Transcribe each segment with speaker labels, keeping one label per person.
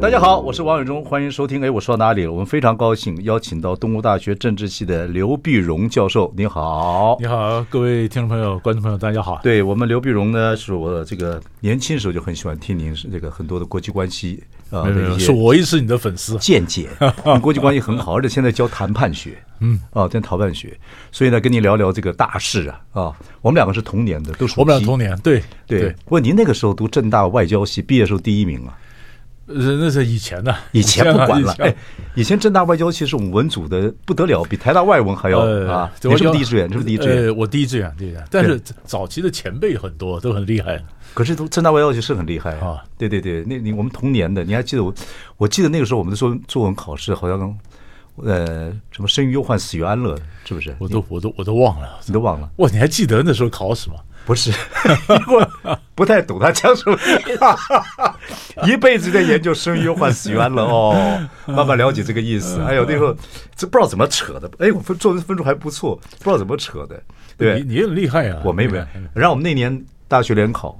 Speaker 1: 大家好，我是王伟忠，欢迎收听。哎，我说到哪里了？我们非常高兴邀请到东吴大学政治系的刘碧荣教授，你好。
Speaker 2: 你好，各位听众朋友、观众朋友，大家好。啊
Speaker 1: 对我们刘碧荣呢，是我这个年轻时候就很喜欢听您这个很多的国际关系啊、呃、
Speaker 2: 没有没
Speaker 1: 的
Speaker 2: 有，
Speaker 1: 一
Speaker 2: 是
Speaker 1: 些
Speaker 2: 我一直是你的粉丝。
Speaker 1: 见 解，嗯国际关系很好，而且现在教谈判学，嗯，啊，教谈判学，所以呢，跟您聊聊这个大事啊，啊，我们两个是同年的，都是
Speaker 2: 我们俩同，年，对
Speaker 1: 对。不过您那个时候读正大外交系，毕业时候第一名啊，
Speaker 2: 呃那是以前的，
Speaker 1: 以前不管了
Speaker 2: 以，前啊
Speaker 1: 哎，以前正大外交系是我们文组的不得了，比台大外文还要
Speaker 2: 呃
Speaker 1: 啊，
Speaker 2: 对
Speaker 1: 你是不
Speaker 2: 我
Speaker 1: 是第一志愿？你是不是第一志愿？
Speaker 2: 呃，我第一志愿，第一志愿。但是早期的前辈很多，都很厉害。
Speaker 1: 可是正大外交系是很厉害
Speaker 2: 啊！
Speaker 1: 对对对，那你我们同年的，你还记得我？我记得那个时候我们的作文作文考试好像，呃，什么生于忧患，死于安乐，是不是？
Speaker 2: 我都我都我都忘了。
Speaker 1: 你都忘了？
Speaker 2: 哇，你还记得那时候考什么？
Speaker 1: 不是， 我不太懂他讲什么意思，一辈子在研究生于忧患，死于安乐 哦，慢慢了解这个意
Speaker 2: 嗯
Speaker 1: 思。哎呦，那时候这不知道怎么扯的，哎，我分作文分数还不错，不知道怎么扯的，对
Speaker 2: 你，你很厉害啊！
Speaker 1: 我没有没有。然后我们那年大学联考，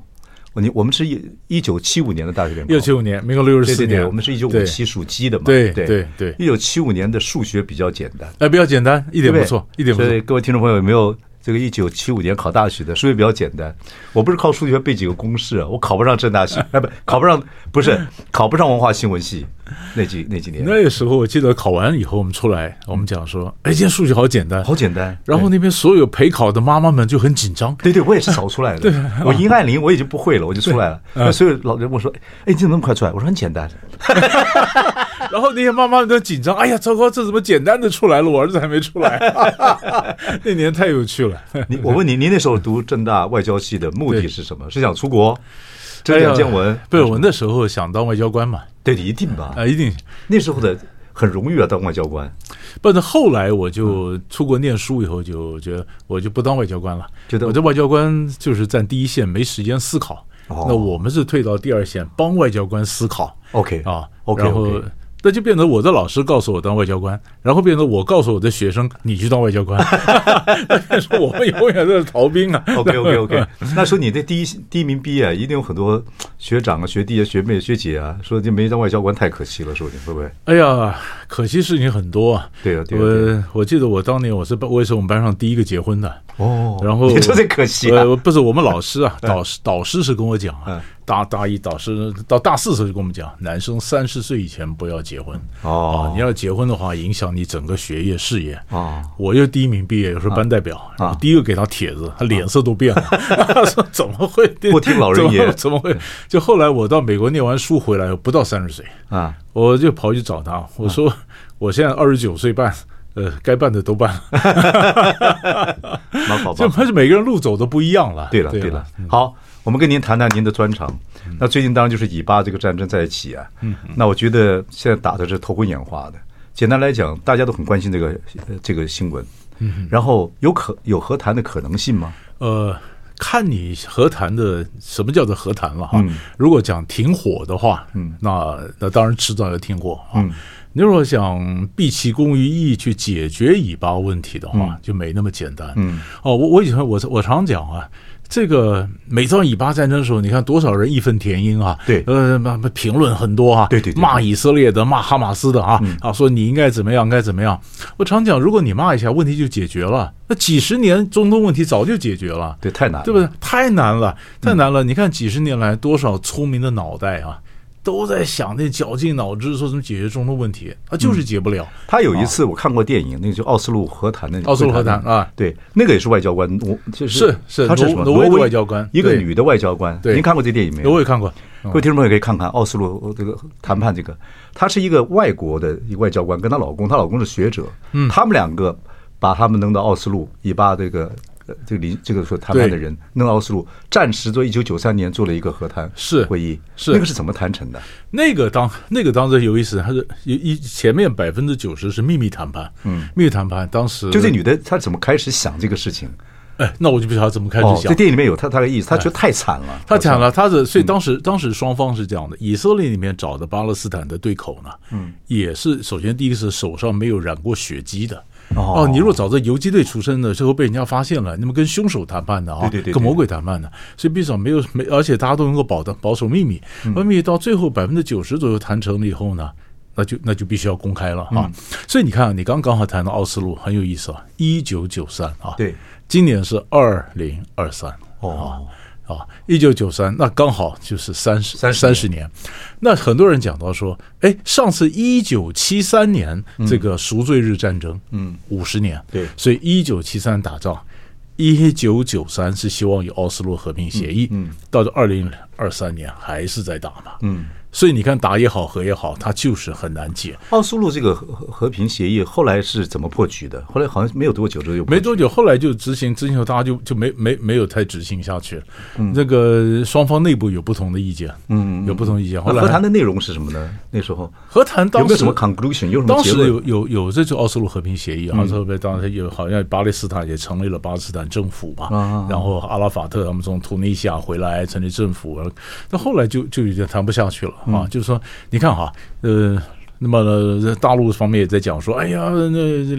Speaker 1: 我你我们是一一九七五年的大学联考，
Speaker 2: 一九七五年，民国六十
Speaker 1: 对
Speaker 2: 四
Speaker 1: 对
Speaker 2: 年
Speaker 1: 对，我们是一九五七。属鸡的嘛，
Speaker 2: 对
Speaker 1: 对
Speaker 2: 对对
Speaker 1: 一九七五年的数学比较简单，
Speaker 2: 对哎，比较简单，一
Speaker 1: 对
Speaker 2: 点
Speaker 1: 不对
Speaker 2: 不错，一点不
Speaker 1: 所
Speaker 2: 错
Speaker 1: 以。各位听众朋友有没有这个一九七五年考大学的数学比较简单？我不是靠数学背几个公式啊，我考不上正大 系，哎不考不上不是考不上文化新闻系那几那几年，
Speaker 2: 那个时候我记得考完以后，我们出来，我们讲说，哎，今天数学好简单，
Speaker 1: 好简单。
Speaker 2: 然后那边所有陪考的妈妈们就很紧张，
Speaker 1: 对对，我也是早出来 的。
Speaker 2: 啊
Speaker 1: 我阴暗林我已经不会了，我就出来了。
Speaker 2: 嗯
Speaker 1: 那所有老人问我说：“哎，你怎么那么快出来？”我说：“很简单。
Speaker 2: 然后那些妈妈们都紧张，哎呀，糟糕，这怎么简单的出来了，我儿子还没出来。那年太有趣了，
Speaker 1: 你”我问你，您那时候读正大外交系的目的
Speaker 2: 对
Speaker 1: 是什么？是想出国？这两见闻嗯
Speaker 2: 哎呀不是我那时候想当外交官嘛，
Speaker 1: 对，一定吧
Speaker 2: 啊、。一定。
Speaker 1: 那时候的很荣誉啊，当外交官
Speaker 2: 不是后来我就出国念书以后，就觉得我就不当外交官了，
Speaker 1: 觉得
Speaker 2: 我这外交官就是站第一线，没时间思考。
Speaker 1: 哦
Speaker 2: 那我们是退到第二线，帮外交官思考。
Speaker 1: OK，
Speaker 2: 啊
Speaker 1: OK，
Speaker 2: 然后
Speaker 1: OK
Speaker 2: 那就变成我的老师告诉我当外交官，然后变成我告诉我的学生你去当外交官， 那变成我们永远都是逃 兵啊。
Speaker 1: OK OK OK，那时候你的第一第一名毕业，一定有很多学长啊、学弟啊、学妹、学姐啊，说你没当外交官太可惜了，说你会不会？
Speaker 2: 哎呀，可惜事情很多啊。
Speaker 1: 对啊对啊对
Speaker 2: 我我记得我当年我是班我也是我们班上第一个结婚的。
Speaker 1: 哦
Speaker 2: 然 后
Speaker 1: 你说这可惜啊
Speaker 2: 呃，不是我们老师啊，导师导师是跟我讲
Speaker 1: 嗯
Speaker 2: 啊，大大一导师到大四的时候就跟我们讲，男生三十岁以前不要结婚
Speaker 1: 哦
Speaker 2: 啊你要结婚的话，影响你整个学业事业
Speaker 1: 哦
Speaker 2: 我又第一名毕业，又是班代表，
Speaker 1: 啊
Speaker 2: 我第一个给他帖子，他脸色都变了， 他说怎么会
Speaker 1: 不听老人言
Speaker 2: 怎么会？就后来我到美国念完书回来，不到三十岁，
Speaker 1: 啊，
Speaker 2: 我就跑去找他，我说、我现在二十九岁半，呃，该办的都办了，
Speaker 1: 蛮好吧
Speaker 2: 这？不是每个人路走的不一样了。嗯
Speaker 1: 对了
Speaker 2: 对
Speaker 1: 对了，好，我们跟您谈谈您的专长。那最近当然就是以巴这个战争在一起啊，
Speaker 2: 嗯
Speaker 1: 那我觉得现在打的是头昏眼花的。简单来讲，大家都很关心这个呃这个新闻，
Speaker 2: 嗯
Speaker 1: 然后有可有和谈的可能性吗？
Speaker 2: 呃，看你和谈的什么叫做和谈了哈。
Speaker 1: 嗯
Speaker 2: 如果讲停火的话，嗯，那那当然迟早要停火啊。
Speaker 1: 嗯
Speaker 2: 你如果想毕其功于义去解决以巴问题的话，就没那么简单。
Speaker 1: 嗯，
Speaker 2: 哦，我我以前我我常讲啊，这个每到以巴战争的时候，你看多少人义愤填膺啊？
Speaker 1: 对
Speaker 2: 呃，那那评论很多啊，
Speaker 1: 对对对
Speaker 2: 骂以色列的，骂哈马斯的啊，
Speaker 1: 嗯
Speaker 2: 啊，说你应该怎么样，该怎么样。我常讲，如果你骂一下，问题就解决了。那几十年中东问题早就解决了，
Speaker 1: 对，嗯太难了，
Speaker 2: 对不对？太难了，太难了！你看几十年来，多少聪明的脑袋啊，都在想那绞尽脑汁说怎么解决中东问题，他
Speaker 1: 嗯
Speaker 2: 就是解不了。
Speaker 1: 他有一次我看过电影，那个就奥斯陆和谈的
Speaker 2: 哦奥斯陆和谈啊
Speaker 1: 对，那个也是外交官，我就是
Speaker 2: 是是
Speaker 1: 他是
Speaker 2: 挪
Speaker 1: 什么
Speaker 2: 挪威的外交官
Speaker 1: 一个
Speaker 2: 对
Speaker 1: 女的外交官，
Speaker 2: 对哦
Speaker 1: 您看过这电影没
Speaker 2: 我
Speaker 1: 有
Speaker 2: 也？看过，
Speaker 1: 各位听众朋友可以看看奥斯陆呃这个谈判这个，她是一个外国的一个外交
Speaker 2: 嗯
Speaker 1: 官，跟她老公，她老公是学者，他们两个把他们弄到奥斯陆以巴这个呃这个临这个所谈判的人，弄奥斯陆暂时做一九九三年做了一个和谈
Speaker 2: 是
Speaker 1: 会议，
Speaker 2: 是
Speaker 1: 那个是怎么谈成的？
Speaker 2: 那个当那个当时有意思，他是一一前面百分之九十是秘密谈判，嗯，秘密谈判当时
Speaker 1: 就这女的她怎么开始想这个事情？
Speaker 2: 哎，那我就不晓得怎么开始
Speaker 1: 哦，
Speaker 2: 想
Speaker 1: 这。电影里面有她她的意思，她觉得太惨了，
Speaker 2: 哎他讲了，他是
Speaker 1: 嗯
Speaker 2: 所以当时当时双方是这样的，以色列里面找的巴勒斯坦的对口呢，嗯，也是首先第一个是手上没有染过血迹的。
Speaker 1: 哦
Speaker 2: 你如果找这游击队出身的，最后被人家发现了，那么跟凶手谈判的啊，
Speaker 1: 对对对对
Speaker 2: 跟魔鬼谈判的，所以至少没有没，而且大家都能够保的保守秘密，
Speaker 1: 嗯
Speaker 2: 而秘密到最后百分之九十左右谈成了以后呢，那就那就必须要公开了啊。
Speaker 1: 嗯
Speaker 2: 所以你看啊，你刚刚好谈到奥斯陆很有意思啊，一九九三啊，
Speaker 1: 对，
Speaker 2: 今年是二零二三
Speaker 1: 哦
Speaker 2: 啊啊，一九九三那刚好就是三十
Speaker 1: 30
Speaker 2: 三十年。那很多人讲到说，哎，上次一九七三年这个赎罪日战争，嗯，五十年，
Speaker 1: 对
Speaker 2: 所以一九七三打仗。一九九三是希望有奥斯陆和平协议，嗯，到了二零二三年还是在打嘛，嗯，所以你看打也好，和也好，它就是很难解。
Speaker 1: 奥斯陆这个和和和平协议后来是怎么破局的？后来好像没有多久就又破
Speaker 2: 没多久，后来就执行，执行后大家就就没没没有太执行下去了。那个双方内部有不同的意见，嗯，有不同意见。后
Speaker 1: 那
Speaker 2: 来
Speaker 1: 和谈的内容是什么呢？那时候
Speaker 2: 和谈当
Speaker 1: 有没
Speaker 2: 时
Speaker 1: 有什么 conclusion？有什么
Speaker 2: 当
Speaker 1: 结
Speaker 2: 时
Speaker 1: 论？嗯
Speaker 2: 有有有这就奥斯陆和平协议啊，特别当时有好像巴勒斯坦也成立了巴勒斯坦政府
Speaker 1: 啊
Speaker 2: 嘛，然后阿拉法特他们从突尼西亚回来成立政府，那后来就就已经谈不下去了啊，
Speaker 1: 嗯
Speaker 2: 就是说你看哈，呃。那么呢大陆方面也在讲说，哎呀，那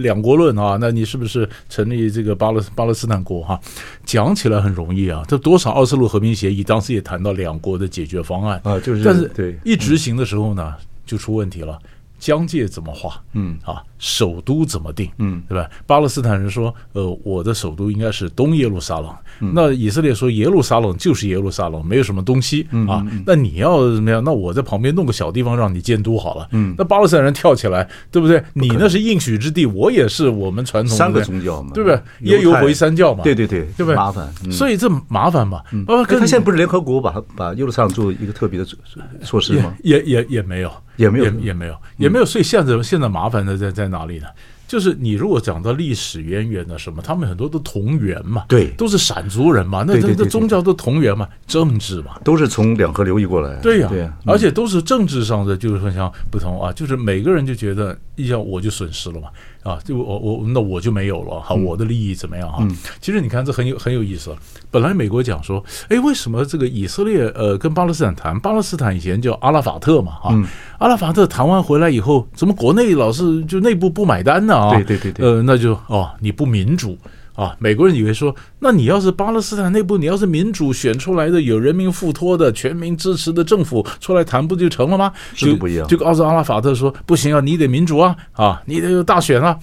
Speaker 2: 两国论啊，那你是不是成立这个巴勒巴勒斯坦国哈、讲起来很容易啊，这多少奥斯陆和平协议当时也谈到两国的解决方案
Speaker 1: 啊就是
Speaker 2: 但是
Speaker 1: 对
Speaker 2: 一执行的时候呢，就出问题了。疆界怎么画？嗯啊，首都怎么定？嗯，对吧？巴勒斯坦人说，呃，我的首都应该是东耶路撒冷。
Speaker 1: 嗯
Speaker 2: 那以色列说，耶路撒冷就是耶路撒冷，没有什么东西
Speaker 1: 嗯
Speaker 2: 啊。那你要怎么样？那我在旁边弄个小地方让你监督好了。嗯，那巴勒斯坦人跳起来，对不对？你那是应许之地，我也是我们传统
Speaker 1: 三个
Speaker 2: 的
Speaker 1: 宗教嘛，
Speaker 2: 对不对？耶
Speaker 1: 犹
Speaker 2: 犹
Speaker 1: 太
Speaker 2: 回三教嘛，
Speaker 1: 对对对，
Speaker 2: 对不对？
Speaker 1: 麻烦。嗯
Speaker 2: 所以这麻烦嘛。包括
Speaker 1: 哎
Speaker 2: 跟
Speaker 1: 他现在不是联合国把他把耶路撒冷做一个特别的措措施 吗？
Speaker 2: 也也也没有，
Speaker 1: 也没有嗯
Speaker 2: 也也没有，也没有。所以现在现在麻烦的在在哪里呢？就是你如果讲到历史渊源的什么，他们很多都同源嘛，
Speaker 1: 对
Speaker 2: 都是闪族人嘛，那
Speaker 1: 对对对
Speaker 2: 那那
Speaker 1: 对
Speaker 2: 宗教都同源嘛，政治嘛，
Speaker 1: 都是从两河流域过来。啊
Speaker 2: 对呀、
Speaker 1: 对呀，嗯
Speaker 2: 而且都是政治上的，就是很像不同啊，就是每个人就觉得，要我就损失了嘛，啊，就我我那我就没有了，
Speaker 1: 嗯
Speaker 2: 哈，我的利益怎么样哈、其实你看这很有很有意思，本来美国讲说，哎，为什么这个以色列呃跟巴勒斯坦谈，巴勒斯坦以前叫阿拉法特嘛，
Speaker 1: 嗯
Speaker 2: 哈、阿拉法特谈完回来以后，怎么国内老是就内部不买单呢啊？
Speaker 1: 对对对对
Speaker 2: 呃，那就哦，你不民主啊！美国人以为说，那你要是巴勒斯坦内部，你要是民主选出来的、有人民附托的、全民支持的政府出来谈，不就成了吗？
Speaker 1: 制
Speaker 2: 就
Speaker 1: 度不一样
Speaker 2: 就告诉阿拉法特说，不行啊，你得民主啊，啊，你得有大选啊。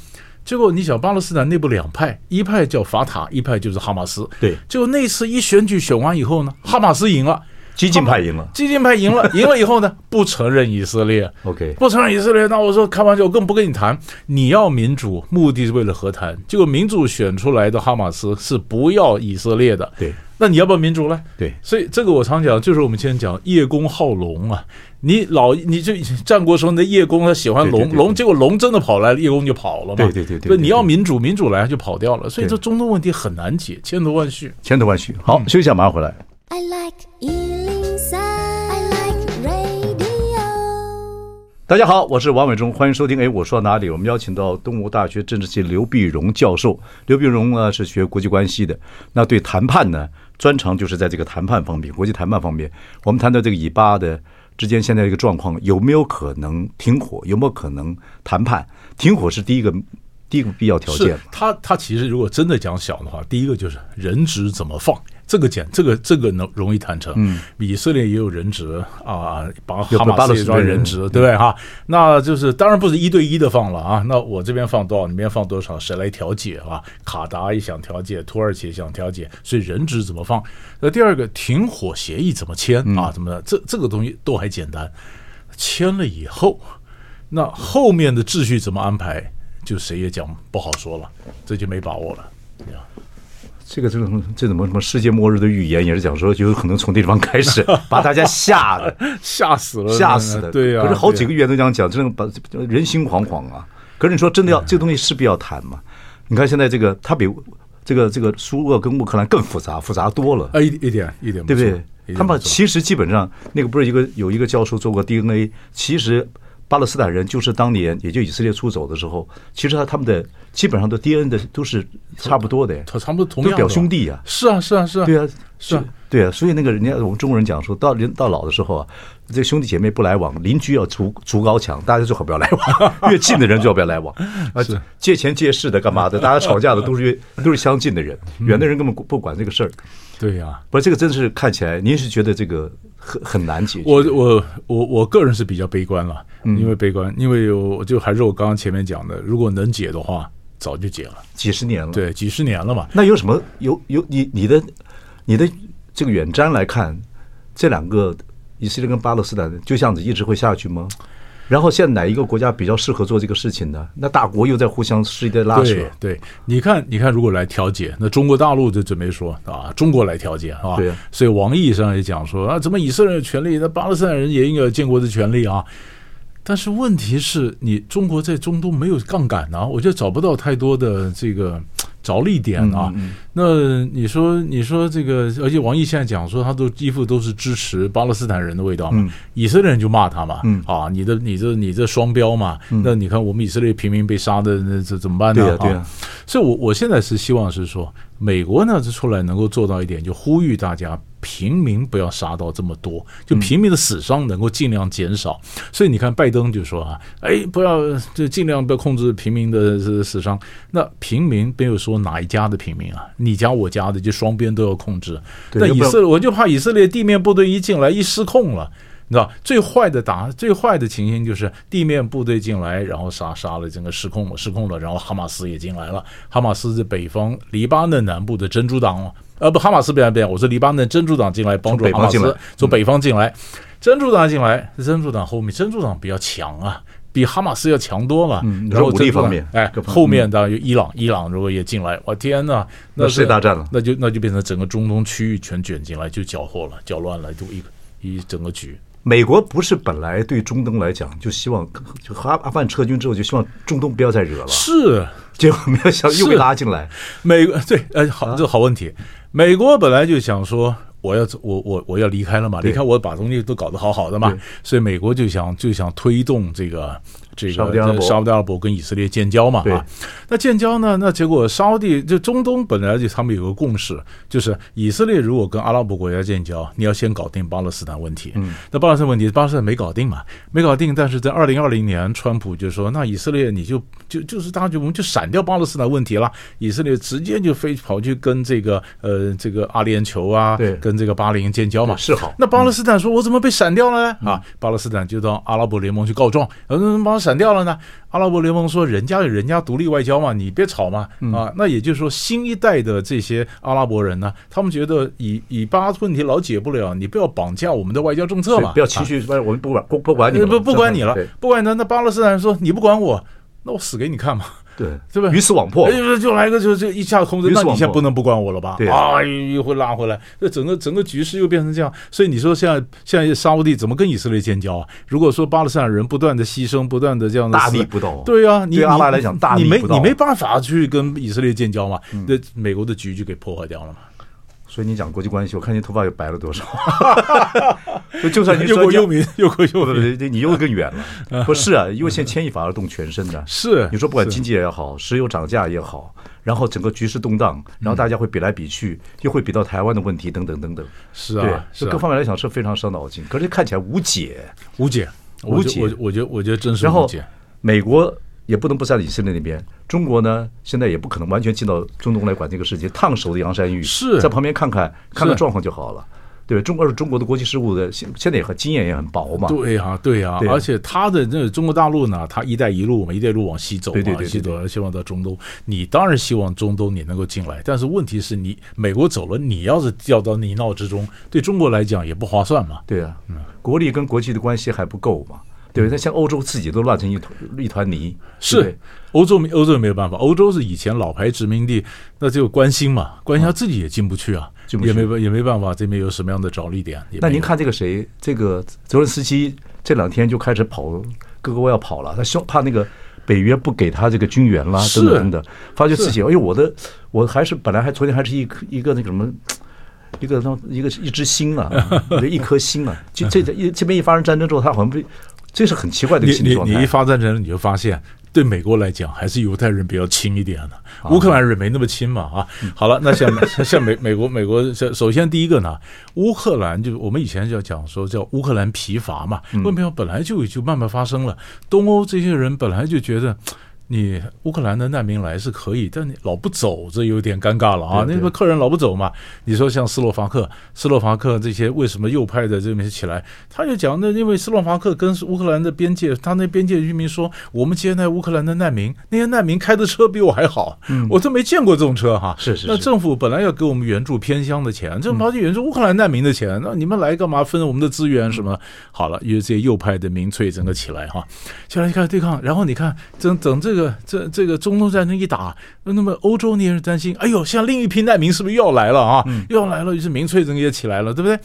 Speaker 2: 结果你想，巴勒斯坦内部两派，一派叫法塔，一派就是哈马斯。
Speaker 1: 对
Speaker 2: 结果那次一选举选完以后呢，哈马斯赢了。
Speaker 1: 激进派赢了。
Speaker 2: 激进派赢了，赢了以后呢，不承认以色列
Speaker 1: OK
Speaker 2: 不承认以色列，那我说开玩笑，我更不跟你谈。你要民主，目的是为了和谈，结果民主选出来的哈马斯是不要以色列的，
Speaker 1: 对，
Speaker 2: 那你要不要民主呢？
Speaker 1: 对
Speaker 2: 所以这个我常讲，就是我们今天讲叶公好龙啊，你老你就战国时候你的叶公他喜欢
Speaker 1: 对对对
Speaker 2: 龙，
Speaker 1: 对
Speaker 2: 龙结果龙真的跑来了，叶公就跑了嘛，
Speaker 1: 对对对对对
Speaker 2: 不你要民主，民主来就跑掉了，所以
Speaker 1: 对
Speaker 2: 这中东问题很难解，千头万绪。
Speaker 1: 千头万绪。
Speaker 2: 嗯
Speaker 1: 好，休息一下，马上回来。
Speaker 3: I like Ealing Sound. I like radio.
Speaker 1: 大家好，我是王伟忠，欢迎收听。哎，我说到哪里？我们邀请到东吴大学政治系刘碧荣教授。刘碧荣呢是学国际关系的，那对谈判呢专长就是在这个谈判方面，国际谈判方面。我们谈到这个以巴的之间现在这个状况，有没有可能停火？有没有可能谈判？停火是第一 个第一个必要条件
Speaker 2: 是。他他其实如果真的讲小的话，第一个就是人质怎么放。这个简，这个这个能容易谈成。嗯，以色列也有人质啊，把
Speaker 1: 有
Speaker 2: 哈马
Speaker 1: 巴勒
Speaker 2: 斯也
Speaker 1: 斯
Speaker 2: 抓
Speaker 1: 坦
Speaker 2: 人
Speaker 1: 人嗯
Speaker 2: 质，对不对哈？那就是当然不是一对一的放了啊，那我这边放多少，你那边放多少，谁来调解啊？卡达也想调解，土耳其也想调解，所以人质怎么放？那第二个停火协议怎么签
Speaker 1: 嗯
Speaker 2: 啊？怎么的？这这个东西都还简单，签了以后，那后面的秩序怎么安排，就谁也讲不好说了，这就没把握了。
Speaker 1: 这个这种这怎么什么世界末日的预言也是讲说有可能从这地方开 始把大家吓的。
Speaker 2: 吓死了，
Speaker 1: 吓死的。
Speaker 2: 呃对呀、
Speaker 1: 可是好几
Speaker 2: 对
Speaker 1: 个
Speaker 2: 呀
Speaker 1: 月都这样讲，真的把人心惶惶啊。可是你说真的要这个东西势必要谈嘛？你看现在这个，它比这个这个苏俄跟乌克兰更复杂，复杂多了。
Speaker 2: 啊，一一点一点
Speaker 1: 对不
Speaker 2: 没错，
Speaker 1: 对
Speaker 2: 一？点
Speaker 1: 他们
Speaker 2: 没错
Speaker 1: 其实基本上那个不是一个有一个教授做过 DNA，其实巴勒斯坦人就是当年也就以色列出走的时候，其实他他们的基本上的 DNA 的都是差不多的，
Speaker 2: 他他们同
Speaker 1: 都
Speaker 2: 样
Speaker 1: 表
Speaker 2: 的
Speaker 1: 兄弟呀、
Speaker 2: 是啊是啊是 啊，
Speaker 1: 对啊，
Speaker 2: 是啊
Speaker 1: 就对啊，所以那个人家我们中国人讲说到临到老的时候啊，这兄弟姐妹不来往，邻居要筑筑高墙，大家最好不要来 往，越近的人最好不要来往啊
Speaker 2: 是，
Speaker 1: 借钱借势的干嘛 的，大家吵架的都是越都是相近的人，
Speaker 2: 嗯
Speaker 1: 远的人根本不管这个事儿。
Speaker 2: 对呀、
Speaker 1: 不是这个，真是看起来您是觉得这个很很难解决。
Speaker 2: 我我我我个人是比较悲观了，因为悲观，因为我就还是我刚刚前面讲的，如果能解的话，早就解了，
Speaker 1: 几十年了，，
Speaker 2: 对，几十年了嘛。
Speaker 1: 那有什么有有你你的你的这个远瞻来看，这两个以色列跟巴勒斯坦就这样子一直会下去吗？然后现在哪一个国家比较适合做这个事情呢？那大国又在互相势力的拉扯，
Speaker 2: 对对，你看，你看，如果来调解，那中国大陆就准备说啊，中国来调解啊。
Speaker 1: 对啊
Speaker 2: 所以王毅上也讲说啊，怎么以色列有权利，那巴勒斯坦人也应该有建国的权利啊。但是问题是你中国在中东没有杠杆啊，我觉得找不到太多的这个着力点啊。
Speaker 1: 嗯
Speaker 2: 那你说，你说这个，而且王毅现在讲说，他都几乎都是支持巴勒斯坦人的味道嘛，
Speaker 1: 嗯
Speaker 2: 以色列人就骂他嘛，
Speaker 1: 嗯
Speaker 2: 啊，你的你这你这双标嘛，那你看我们以色列平民被杀的那这怎么办呢？啊
Speaker 1: 对呀对呀
Speaker 2: 所以我我现在是希望是说，美国呢这出来能够做到一点，就呼吁大家平民不要杀到这么多，
Speaker 1: 嗯
Speaker 2: 就平民的死伤能够尽量减少。所以你看拜登就说啊，哎，不要就尽量不要控制平民的死死伤。那平民没有说哪一家的平民啊，你家我家的就双边都要控制。
Speaker 1: 对
Speaker 2: 那
Speaker 1: 要
Speaker 2: 以
Speaker 1: 不然
Speaker 2: 色列我就怕以色列地面部队一进来一失控了。你知道最坏的打最坏的情形就是地面部队进来，然后杀杀了整个失控了，失控了，然后哈马斯也进来了。哈马斯是北方黎巴嫩南部的珍珠党，呃不，哈马斯不要不要，我说黎巴嫩珍珠党进来帮助
Speaker 1: 从北
Speaker 2: 哈马
Speaker 1: 方进来嗯
Speaker 2: 斯，从北方进来，珍珠党进来，珍珠党后面珍珠党比较强啊。比哈马斯要强多了，
Speaker 1: 嗯
Speaker 2: 然
Speaker 1: 你说武
Speaker 2: 后
Speaker 1: 力
Speaker 2: 珍珠党
Speaker 1: 方面
Speaker 2: 哎，
Speaker 1: 各方面
Speaker 2: 后面当然有伊朗，伊朗如果也进来，我天哪，
Speaker 1: 那世界
Speaker 2: 是
Speaker 1: 大战了
Speaker 2: 那就那就变成整个中东区域全卷进来，就搅和了，搅乱了，就一个一整个局。
Speaker 1: 美国不是本来对中东来讲就希望就和阿阿富汗撤军之后就希望中东不要再惹了，
Speaker 2: 是
Speaker 1: 结果没有想又被
Speaker 2: 是
Speaker 1: 拉进来，
Speaker 2: 美国对，呃，
Speaker 1: 啊
Speaker 2: 好，这好问题。美国本来就想说。我要走我我我要离开了嘛，
Speaker 1: 对
Speaker 2: 离开我把东西都搞得好好的嘛
Speaker 1: 对，
Speaker 2: 所以美国就想就想推动这个这
Speaker 1: 沙
Speaker 2: 个
Speaker 1: 特阿拉伯
Speaker 2: 这沙特阿拉伯跟以色列建交嘛
Speaker 1: 对
Speaker 2: 啊，那建交呢，那结果沙地就中东本来就他们有个共识，就是以色列如果跟阿拉伯国家建交，你要先搞定巴勒斯坦问题，嗯，那巴勒斯坦问题巴勒斯坦没搞定嘛，没搞定，但是在二零二零年，川普就说那以色列你就就就是大家就我们就闪掉巴勒斯坦问题了，以色列直接就飞跑去跟这个呃这个阿联酋啊，
Speaker 1: 对
Speaker 2: 跟这个巴林建交嘛，
Speaker 1: 示啊好。嗯
Speaker 2: 那巴勒斯坦说：“我怎么被闪掉了呢？”啊，巴勒斯坦就到阿拉伯联盟去告状，呃，怎么把我闪掉了呢？阿拉伯联盟说：“人家有人家独立外交嘛，你别吵嘛。”
Speaker 1: 嗯
Speaker 2: 啊，那也就是说，新一代的这些阿拉伯人呢，他们觉得以以巴问题老解不了，你不要绑架我们的外交政策
Speaker 1: 所以
Speaker 2: 嘛，
Speaker 1: 不要情绪，我们不管不不管你
Speaker 2: 啊
Speaker 1: 了，
Speaker 2: 不不管你了
Speaker 1: 对，
Speaker 2: 不管你了。那巴勒斯坦人说：“你不管我，那我死给你看嘛。”
Speaker 1: 对
Speaker 2: 对吧
Speaker 1: 鱼死网破
Speaker 2: 哎，就就来个就就一下空着，
Speaker 1: 鱼死
Speaker 2: 那
Speaker 1: 网
Speaker 2: 你现在
Speaker 1: 破
Speaker 2: 不能不管我了吧？
Speaker 1: 对
Speaker 2: 啊，又又会拉回来，这整个整个局势又变成这样。所以你说现在现在沙乌地怎么跟以色列建交啊？如果说巴勒斯坦人不断的牺牲，不断的这样的
Speaker 1: 大逆
Speaker 2: 死
Speaker 1: 不道。
Speaker 2: 对啊，你
Speaker 1: 对阿拉
Speaker 2: 你
Speaker 1: 来讲大逆
Speaker 2: 你没
Speaker 1: 不道嗯
Speaker 2: 你没办法去跟以色列建交嘛？那美国的局就给破坏掉了嘛？
Speaker 1: 所以你讲国际关系，我看你头发又白了多少， 就就 算你
Speaker 2: 又
Speaker 1: 说
Speaker 2: 国又民， 又国又
Speaker 1: 不不
Speaker 2: 民，
Speaker 1: 不，你又更远 了。不是啊，因为现在牵一发而动全身的。
Speaker 2: 嗯是
Speaker 1: 你说不管
Speaker 2: 是
Speaker 1: 经济也好，石油涨价也好，然后整个局势动荡，然
Speaker 2: 嗯
Speaker 1: 后大家会比来比去，又会比到台湾的问题等等等等。
Speaker 2: 是
Speaker 1: 对
Speaker 2: 啊，，是
Speaker 1: 这
Speaker 2: 啊
Speaker 1: 各方面来讲是非常伤脑筋，可是看起来无解。
Speaker 2: 无解，我
Speaker 1: 无
Speaker 2: 觉
Speaker 1: 解
Speaker 2: 我我觉得我觉得真是
Speaker 1: 然
Speaker 2: 无
Speaker 1: 后
Speaker 2: 解。
Speaker 1: 美国也不能不站在以色列那边，中国呢现在也不可能完全进到中东来管这个事情，烫手的洋山芋
Speaker 2: 是
Speaker 1: 在旁边看看看看状况就好了。对，中国是中国的国际事务的现现在也很经验也很薄嘛，
Speaker 2: 对呀、对呀、
Speaker 1: 对啊
Speaker 2: 而且他的那中国大陆呢，他“一带一路”嘛，“一带一路”往西走嘛，
Speaker 1: 对对对对
Speaker 2: 西走，希望到中东。你当然希望中东你能够进来，但是问题是你美国走了，你要是掉到泥淖之中，对中国来讲也不划算嘛。
Speaker 1: 对啊，国力跟国际的关系还不够嘛，对不对？那像欧洲自己都乱成一团一团泥，对不
Speaker 2: 嗯是
Speaker 1: 对
Speaker 2: 欧洲没欧洲没有办法，欧洲是以前老牌殖民地，那就关心嘛，关心他自己也进不去啊，
Speaker 1: 进不去
Speaker 2: 也没办也没办法，这边有什么样的着力点？也没有
Speaker 1: 那您看这个谁，这个泽连斯基这两天就开始跑各个国要跑了，他凶怕那个北约不给他这个军援啦，
Speaker 2: 是
Speaker 1: 等等等等，发觉自己
Speaker 2: 是
Speaker 1: 哎呦，我的我还是本来还昨天还是一颗一个那个什么。一个一个一只心 啊，我的一颗心啊，就这这一这边一发生战争之后，他好像被，这是很奇怪的一
Speaker 2: 你
Speaker 1: 个心理
Speaker 2: 你
Speaker 1: 状态。
Speaker 2: 你一发战争，你就发现。对美国来讲，还是犹太人比较亲一点的、
Speaker 1: 啊
Speaker 2: 乌克兰人没那么亲嘛啊。
Speaker 1: 嗯
Speaker 2: 好了，那 像像美美国美国，首首先第一个呢，乌克兰就我们以前就要讲说叫乌克兰疲乏嘛，
Speaker 1: 嗯
Speaker 2: 问题本来就就慢慢发生了。东欧这些人本来就觉得。你乌克兰的难民来是可以，但你老不走，这有点尴尬了啊！
Speaker 1: 对对
Speaker 2: 那个客人老不走嘛。你说像斯洛伐克、斯洛伐克这些为什么右派的这边起来？他就讲，那因为斯洛伐克跟乌克兰的边界，他那边界居民说，我们接待乌克兰的难民，那些难民开的车比我还好，我都没见过这种车哈。
Speaker 1: 嗯是是
Speaker 2: 那
Speaker 1: 是嗯
Speaker 2: 政府本来要给我们援助偏乡的钱，政府跑去援助乌克兰难民的钱，那你们来干嘛分我们的资源什么？好了，因为这些右派的民粹整个起来哈，起来开始对抗，然后你看，等等这个这这个中东战争一打，那么欧洲你也是担心，哎呦，像另一批难民是不是又要来了啊？
Speaker 1: 嗯
Speaker 2: 又要来了，于是民粹整个也起来了，对不对？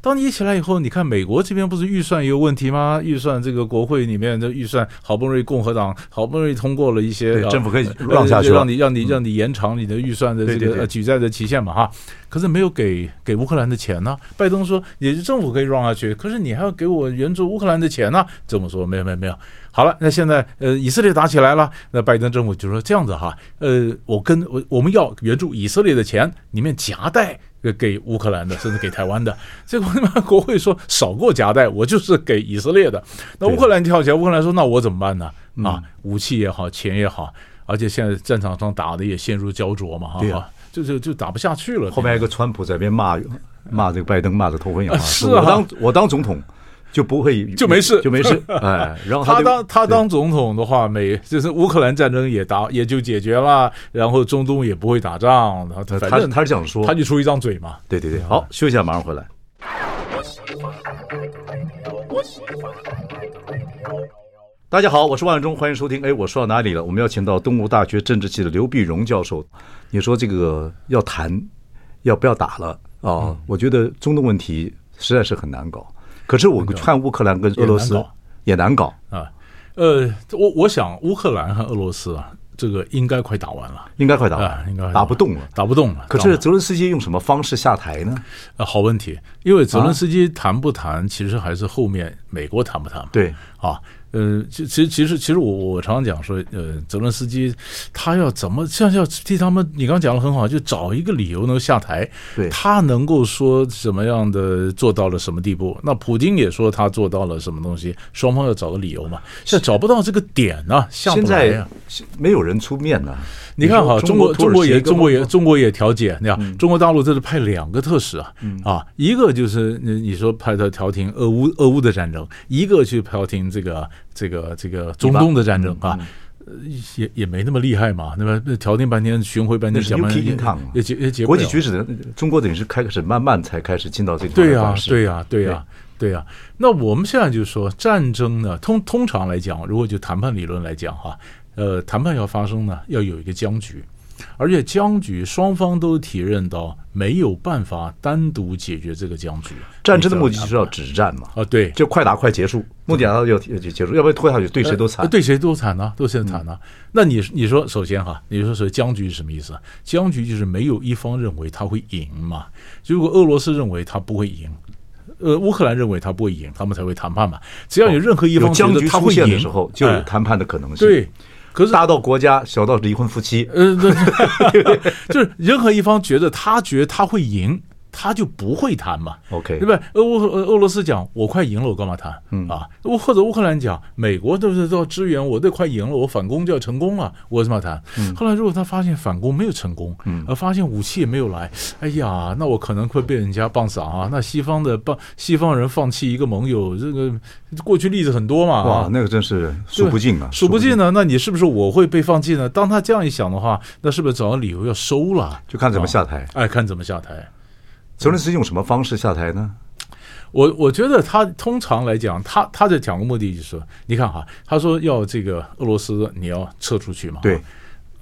Speaker 2: 当你一起来以后，你看美国这边不是预算也有问题吗？预算这个国会里面的预算，好不容易共和党好不容易通过了一些
Speaker 1: 对
Speaker 2: 呃
Speaker 1: 政府可以
Speaker 2: 呃
Speaker 1: 让下去了嗯
Speaker 2: 让你让你让你延长你的预算的这
Speaker 1: 对对
Speaker 2: 个
Speaker 1: 对
Speaker 2: 呃举债的期限嘛哈。可是没有给给乌克兰的钱呢、拜登说，也是政府可以让下去，可是你还要给我援助乌克兰的钱呢、这么说没有没有没有。好了，那现在呃以色列打起来了，那拜登政府就说这样子哈，呃，我跟我我们要援助以色列的钱里面夹带。呃给乌克 兰的，甚至给台湾的，结果他妈国会说少给我夹带，我就是给以色列的。那乌克兰跳起来，乌克兰说那我怎么办呢？
Speaker 1: 嗯
Speaker 2: 啊，武器也好，钱也好，而且现在战场上打的也陷入焦灼嘛，哈
Speaker 1: 对啊
Speaker 2: 哈，就就就打不下去了。
Speaker 1: 后面还有个川普在那边 骂骂这个拜登，骂的头昏眼花。
Speaker 2: 啊是
Speaker 1: 说
Speaker 2: 啊
Speaker 1: 我当我当总统就不会
Speaker 2: 就没事
Speaker 1: 就没事。哎，然后
Speaker 2: 他
Speaker 1: 就
Speaker 2: 当他当总统的话，美就是乌克兰战争也打也就解决了，然后中东也不会打仗，然后
Speaker 1: 对
Speaker 2: 反
Speaker 1: 呃他
Speaker 2: 正
Speaker 1: 他是这样说，
Speaker 2: 他就出一张嘴嘛。
Speaker 1: 对对对，好，休息一下，马上回来。大家好，我是万永忠，欢迎收听。哎，我说到哪里了？我们邀请到东吴大学政治系的刘碧荣教授。你说这个要谈，要不要打了啊？我觉得中东问题实在是很难搞。可是我看乌克兰跟俄罗斯
Speaker 2: 也难搞
Speaker 1: 也难搞，
Speaker 2: 啊，呃，我我想乌克兰和俄罗斯啊，这个应该快打完了。
Speaker 1: 应该快打
Speaker 2: 啊
Speaker 1: 了，，啊
Speaker 2: 应该快
Speaker 1: 打
Speaker 2: 完
Speaker 1: 不动了。
Speaker 2: 打不动了。
Speaker 1: 可
Speaker 2: 打不
Speaker 1: 是
Speaker 2: 动
Speaker 1: 泽连斯基用什么方式下台呢？
Speaker 2: 呃，好问题，因为泽连斯基谈不谈，其实还是后面美国谈不谈嘛。
Speaker 1: 对
Speaker 2: 啊，呃，其其实其实其实我我常常讲说，呃，泽连斯基他要怎么像要替他们，你刚刚讲的很好，就找一个理由能下台。
Speaker 1: 对
Speaker 2: 他能够说什么样的做到了什么地步？那普京也说他做到了什么东西，双方要找个理由嘛。现在找不到这个点呢、下
Speaker 1: 现
Speaker 2: 不来啊呀、
Speaker 1: 在没有人出面呢。
Speaker 2: 你看哈，
Speaker 1: 说
Speaker 2: 中国
Speaker 1: 土耳
Speaker 2: 中国
Speaker 1: 其
Speaker 2: 也
Speaker 1: 跟嗯
Speaker 2: 中国也
Speaker 1: 欧
Speaker 2: 中国也调解，你看中国大陆这是派两个特使啊，
Speaker 1: 嗯
Speaker 2: 啊，一个就是你你说派他调停俄乌俄乌的战争，一个去调停这个这个这个中东的战争啊。呃也也没那么厉害嘛，对吧？调停半天，巡回半
Speaker 1: 那
Speaker 2: 天，
Speaker 1: 是
Speaker 2: 讲半
Speaker 1: Yuki
Speaker 2: 天
Speaker 1: Intang 啊
Speaker 2: 也也解也解不
Speaker 1: 国
Speaker 2: 了。
Speaker 1: 际局势的中国等于是开始慢慢才开始进到这个
Speaker 2: 对呀、
Speaker 1: 方式
Speaker 2: 对呀、对呀、对呀、那我们现在就说战争呢，通通常来讲，如果就谈判理论来讲哈，呃，谈判要发生呢，要有一个僵局，而且僵局双方都体认到没有办法单独解决这个僵局。
Speaker 1: 战争的目的就是要止战嘛，
Speaker 2: 啊，对，
Speaker 1: 就快打快结束，目的达到要要结束，要不然拖下去对谁都惨嗯
Speaker 2: 呃。对谁都惨呐，都谁惨呐。那你你说，首先哈，你说是僵局是什么意思啊？僵局就是没有一方认为他会赢嘛。如果俄罗斯认为他不会赢，呃，乌克兰认为他不会赢，他们才会谈判嘛。只要有任何一
Speaker 1: 哦有
Speaker 2: 方觉
Speaker 1: 僵
Speaker 2: 得
Speaker 1: 局
Speaker 2: 他
Speaker 1: 出
Speaker 2: 会
Speaker 1: 现的
Speaker 2: 赢
Speaker 1: 时候，就有
Speaker 2: 哎
Speaker 1: 谈判的可能性。，
Speaker 2: 对。可是
Speaker 1: 大到国家，小到离婚夫妻，
Speaker 2: 呃， 对就是任何一方觉得他觉得他会赢，他就不会谈嘛。
Speaker 1: OK
Speaker 2: 对吧？俄乌呃俄罗斯讲我快赢了，我干嘛谈？嗯啊，我或者乌克兰讲美国都是都要支援我，这快赢了，我反攻就要成功了，我怎么谈？后来如果他发现反攻没有成功，嗯，而发现武器也没有来，哎呀，那我可能会被人家棒打啊。那西方的棒西方人放弃一个盟友，这个过去例子很多嘛啊
Speaker 1: 哇，，那个真是数不尽啊，
Speaker 2: 数不。尽呢。那你是不是我会被放弃呢？当他这样一想的话，那是不是找个理由要收了？
Speaker 1: 就看怎么下台。
Speaker 2: 哎，看怎么下台。
Speaker 1: 泽连斯基用什么方式下台呢？
Speaker 2: 啊我我觉得他通常来讲，他他的讲的目的就是说，你看哈，他说要这个俄罗斯你要撤出去嘛，
Speaker 1: 对，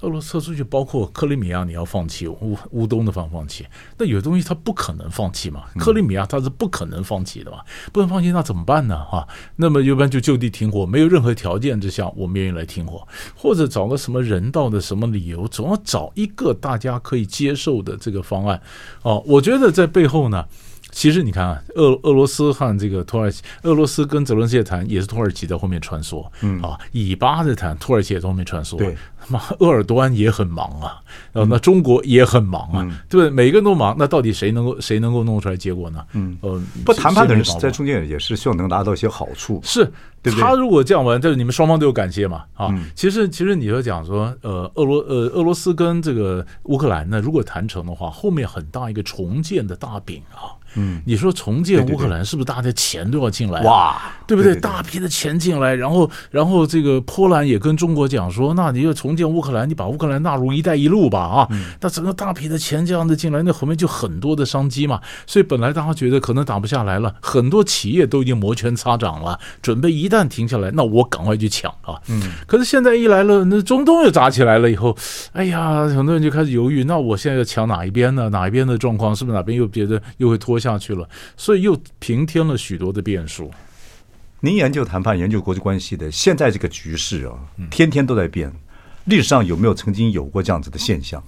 Speaker 2: 俄罗斯撤出去，包括克里米亚，你要放弃乌乌东的方放弃，那有东西他不可能放弃嘛，克里米亚他是不可能放弃的嘛，不能放弃那怎么办呢？哈、那么要不然就就地停火，没有任何条件之下，我们愿意来停火，或者找个什么人道的什么理由，总要找一个大家可以接受的这个方案。哦，我觉得在背后呢。其实你看啊，俄俄罗斯和这个土耳其，俄罗斯跟泽连斯基谈也是土耳其在后面穿梭，嗯啊，以巴在谈，土耳其也在后面穿梭，
Speaker 1: 对，
Speaker 2: 妈，鄂尔多安也很忙啊，
Speaker 1: 嗯
Speaker 2: 然后那中国也很忙啊，对不对？每个人都忙，那到底谁能够谁能够弄出来结果呢？嗯，呃，
Speaker 1: 不谈判的人
Speaker 2: 谁能
Speaker 1: 在
Speaker 2: 帮忙
Speaker 1: 中间也是希望能拿到一些好处。
Speaker 2: 是，
Speaker 1: 对嗯不对
Speaker 2: 他如果这样玩，就是你们双方都有感谢嘛啊。其实其实你要讲说，呃，俄罗呃俄罗斯跟这个乌克兰呢，如果谈成的话，后面很大一个重建的大饼啊。嗯，你说重建
Speaker 1: 对对
Speaker 2: 乌克兰是不是大家钱都要进来啊、
Speaker 1: 哇
Speaker 2: 对不对？
Speaker 1: 对对对
Speaker 2: 大批的钱进来，然后然后这个波兰也跟中国讲说，那你要重建乌克兰，你把乌克兰纳入“一带一路”吧啊。那整个大批的钱这样子进来，那后面就很多的商机嘛。所以本来大家觉得可能打不下来了，很多企业都已经摩拳擦掌了，准备一旦停下来，那我赶快去抢啊。嗯。可是现在一来了，那中东又打起来了以后，哎呀，很多人就开始犹豫，那我现在要抢哪一边呢？哪一边的状况是不是哪边又觉得又会拖下去了？所以又平添了许多的变数。
Speaker 1: 您研究谈判、研究国际关系的，现在这个局势啊，天天都在变。历史上有没有曾经有过这样子的现象？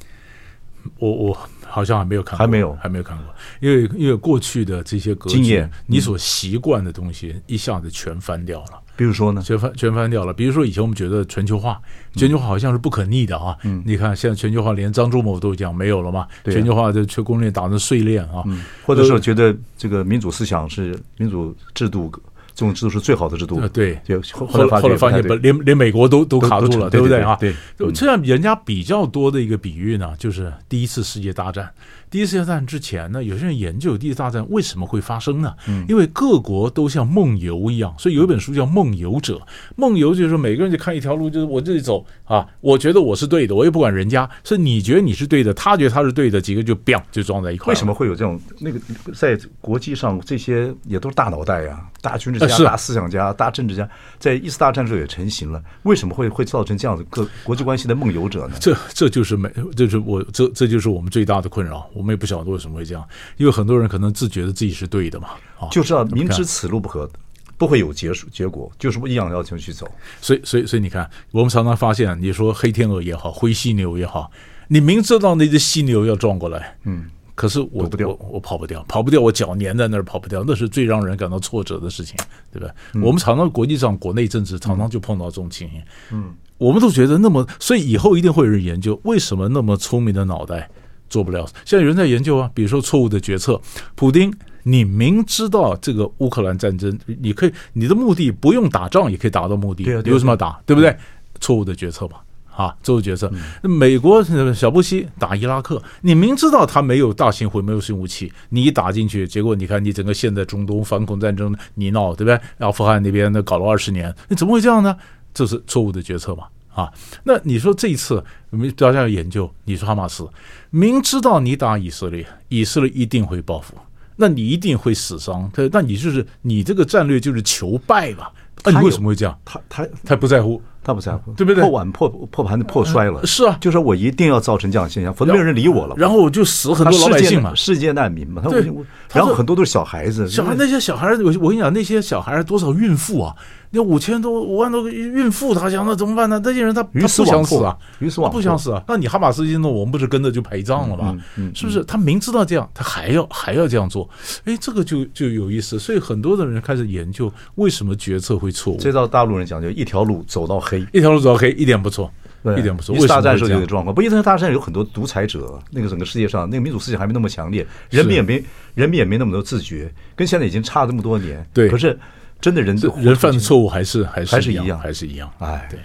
Speaker 2: 我我好像还没有看过，
Speaker 1: 还没有
Speaker 2: 还没有看过，因为因为过去的这些格局
Speaker 1: 经验
Speaker 2: 你所习惯的东西一下子全翻掉了。
Speaker 1: 比如说呢？
Speaker 2: 全翻全翻掉了。比如说以前我们觉得全球化，全球化好像是不可逆的啊。你看现在全球化连张忠谋都讲没有了嘛，
Speaker 1: 嗯对啊嗯
Speaker 2: 全球化的全攻略打成碎裂啊。
Speaker 1: 或者说觉得这个民主思想是民主制度，这种制度是最好的制度？
Speaker 2: 呃对
Speaker 1: 就
Speaker 2: 后
Speaker 1: 后
Speaker 2: 来
Speaker 1: 来发
Speaker 2: 后来
Speaker 1: 现
Speaker 2: 发现
Speaker 1: 不太
Speaker 2: 不，
Speaker 1: 对
Speaker 2: 连连美国都都卡住了，
Speaker 1: 都
Speaker 2: 不
Speaker 1: 对
Speaker 2: 啊？
Speaker 1: 对嗯对
Speaker 2: 就，这样人家比较多的一个比喻呢，就是第一次世界大战。第一次世界大战之前呢，有些人研究第一次大战为什么会发生呢？
Speaker 1: 嗯
Speaker 2: 因为各国都像梦游一样，所以有一本书叫《梦游者》。梦游就是说每个人就看一条路，就是我自己走啊，我觉得我是对的，我也不管人家，是你觉得你是对的，他觉得他是对的，几个就 biang 就撞在一块
Speaker 1: 为
Speaker 2: 了。
Speaker 1: 什么会有这种那个在国际上这些也都是大脑袋呀、大军事
Speaker 2: 呃
Speaker 1: 家、
Speaker 2: 是啊
Speaker 1: 大思想家、大政治家，在一次大战时候也成型了，为什么会会造成这样的各国际关系的梦游者呢？
Speaker 2: 这这就是美，这就是我这这就是我们最大的困扰。我们也不晓得为什么会这样，因为很多人可能自觉得自己是对的嘛，啊，
Speaker 1: 就知道明知此路不可，不会有结束结果，就是一样要求去走。
Speaker 2: 所以所以所以你看，我们常常发现，啊你说黑天鹅也好，灰犀牛也好，你明知道那只犀牛要撞过来，嗯，可是我
Speaker 1: 躲不掉
Speaker 2: 我我跑不掉，跑不掉，我脚粘在那儿跑不掉，那是最让人感到挫折的事情，对吧？
Speaker 1: 嗯
Speaker 2: 我们常常国际上、国内政治常常就碰到这种情形，嗯，我们都觉得那么，所以以后一定会有人研究为什么那么聪明的脑袋做不了。现在有人在研究啊，比如说错误的决策，普丁。你明知道这个乌克兰战争，你可以你的目的不用打仗也可以达到目的，
Speaker 1: 对啊对啊
Speaker 2: 有什么要打，对不对？错误的决策嘛，啊，错误决策。那美国呃小布希打伊拉克，你明知道他没有大型毁灭性武器，你一打进去，结果你看你整个现在中东反恐战争你闹，对不对？阿富汗那边那搞了二十年，你怎么会这样呢？这是错误的决策嘛。啊，那你说这一次我们大家要研究，你说哈马斯明知道你打以色列，以色列一定会报复，那你一定会死伤，对，那你就是你这个战略就是求败嘛。那、
Speaker 1: 他
Speaker 2: 你
Speaker 1: 有
Speaker 2: 为什么会这样？
Speaker 1: 他他
Speaker 2: 他不在乎，
Speaker 1: 他不在乎，
Speaker 2: 对不对
Speaker 1: 破碗破破盘子破摔了，
Speaker 2: 是啊
Speaker 1: 就说我一定要造成这样的现象，否则没有人理我了。
Speaker 2: 然后我就死很
Speaker 1: 他
Speaker 2: 多老百
Speaker 1: 世界
Speaker 2: 姓嘛。
Speaker 1: 世界难民嘛，他
Speaker 2: 对
Speaker 1: 我
Speaker 2: 他
Speaker 1: 然后
Speaker 2: 说
Speaker 1: 很多都是小孩子，
Speaker 2: 小孩那些小孩，我我跟你讲，那些小孩多少孕妇啊，那五千多、五万多个孕妇，他想那怎么办呢？那些人他
Speaker 1: 鱼
Speaker 2: 他
Speaker 1: 死
Speaker 2: 不
Speaker 1: 网
Speaker 2: 想死
Speaker 1: 破
Speaker 2: 啊，
Speaker 1: 鱼死网
Speaker 2: 他不想
Speaker 1: 破
Speaker 2: 死啊。那你哈马斯一弄，我们不是跟着就陪葬了吗？
Speaker 1: 嗯
Speaker 2: 是不是？他明知道这样，他还要还要这样做，哎，这个就就有意思。所以很多的人开始研究为什么决策会错误。
Speaker 1: 这到大陆人讲就一条路走到黑。
Speaker 2: 一条路走到黑，一点不错，
Speaker 1: 对
Speaker 2: 一点不错。
Speaker 1: 一
Speaker 2: 为
Speaker 1: 次
Speaker 2: 什
Speaker 1: 大
Speaker 2: 么
Speaker 1: 战
Speaker 2: 会
Speaker 1: 时候
Speaker 2: 这
Speaker 1: 有
Speaker 2: 样
Speaker 1: 个？状况，不，一次大战有很多独裁者，那个整个世界上那个民主思想还没那么强烈，人民也没人民也没那么多自觉，跟现在已经差这么多年。
Speaker 2: 对
Speaker 1: 可是真的人都
Speaker 2: 人犯的错误还是还是
Speaker 1: 还是一
Speaker 2: 一
Speaker 1: 样
Speaker 2: 还是一样。
Speaker 1: 哎
Speaker 2: 对。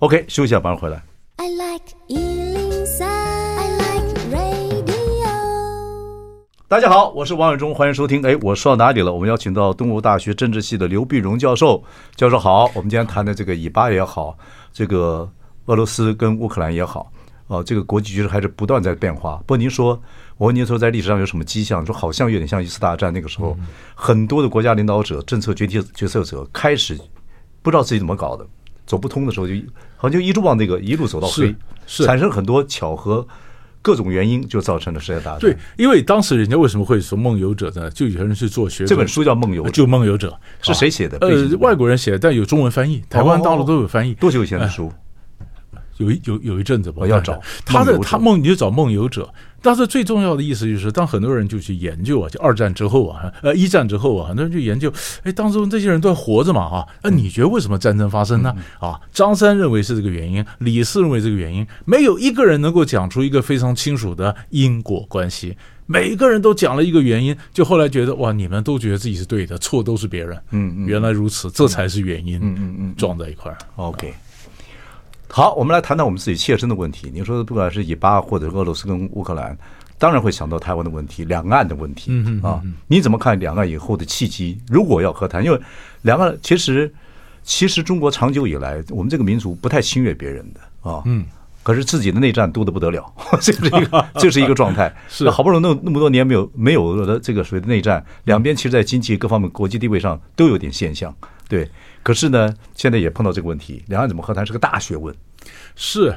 Speaker 1: OK，休息一下，马上回来。
Speaker 3: I like Ealing Sound. I like radio.
Speaker 1: 大家好，我是王伟忠，欢迎收听。哎，我说到哪里了？我们邀请到东吴大学政治系的刘碧荣教授。教授好，我们今天谈的这个以巴也好，这个俄罗斯跟乌克兰也好，呃，这个国际局势还是不断在变化。不过您说，我问您说，在历史上有什么迹象？说好像有点像一次大战那个时
Speaker 2: 嗯
Speaker 1: 候，很多的国家领导者、政策决定决策者开始不知道自己怎么搞的，走不通的时候就一，好像就一直往那个一路走到黑
Speaker 2: 是，是
Speaker 1: 产生很多巧合，各种原因就造成了世界大战。
Speaker 2: 对，，因为当时人家为什么会说梦游者呢？就有人是做学
Speaker 1: 这本书叫《梦游者
Speaker 2: 就梦游者
Speaker 1: 是谁写的
Speaker 2: 啊
Speaker 1: 背景怎么
Speaker 2: 呃，
Speaker 1: 样
Speaker 2: 外国人写的，但有中文翻译，台湾、
Speaker 1: 哦
Speaker 2: 大陆都有翻译。哎
Speaker 1: 多久以前的书？
Speaker 2: 有一有有一阵子吧，
Speaker 1: 我要
Speaker 2: 看
Speaker 1: 找梦
Speaker 2: 看他的
Speaker 1: 游
Speaker 2: 他
Speaker 1: 者
Speaker 2: 梦，你就找梦游者。但是最重要的意思就是，当很多人就去研究啊，就二战之后啊，呃，一战之后啊，很多人就研究，哎，当中这些人都还活着嘛啊，
Speaker 1: 嗯
Speaker 2: 那你觉得为什么战争发生呢？啊，张三认为是这个原因，李四认为这个原因，没有一个人能够讲出一个非常清楚的因果关系。每个人都讲了一个原因，就后来觉得哇，你们都觉得自己是对的，错都是别人。
Speaker 1: 嗯嗯
Speaker 2: 原来如此，这才是原因。
Speaker 1: 嗯嗯嗯
Speaker 2: 撞在一块儿。
Speaker 1: OK，好，我们来谈谈我们自己切身的问题。您说，不管是以巴或者是俄罗斯跟乌克兰，当然会想到台湾的问题、两岸的问题。
Speaker 2: 嗯嗯嗯
Speaker 1: 啊，你怎么看两岸以后的契机？如果要和谈，因为两岸其实其实中国长久以来，我们这个民族不太侵略别人的啊。嗯。可是自己的内战多得不得了， 这是一 个这是一个状态。
Speaker 2: 是
Speaker 1: 那好不容易那那么多年没有没有了这个所谓的内战，两边其实在经济各方面、国际地位上都有点现象。对，可是呢，现在也碰到这个问题，两岸怎么和谈是个大学问。
Speaker 2: 是，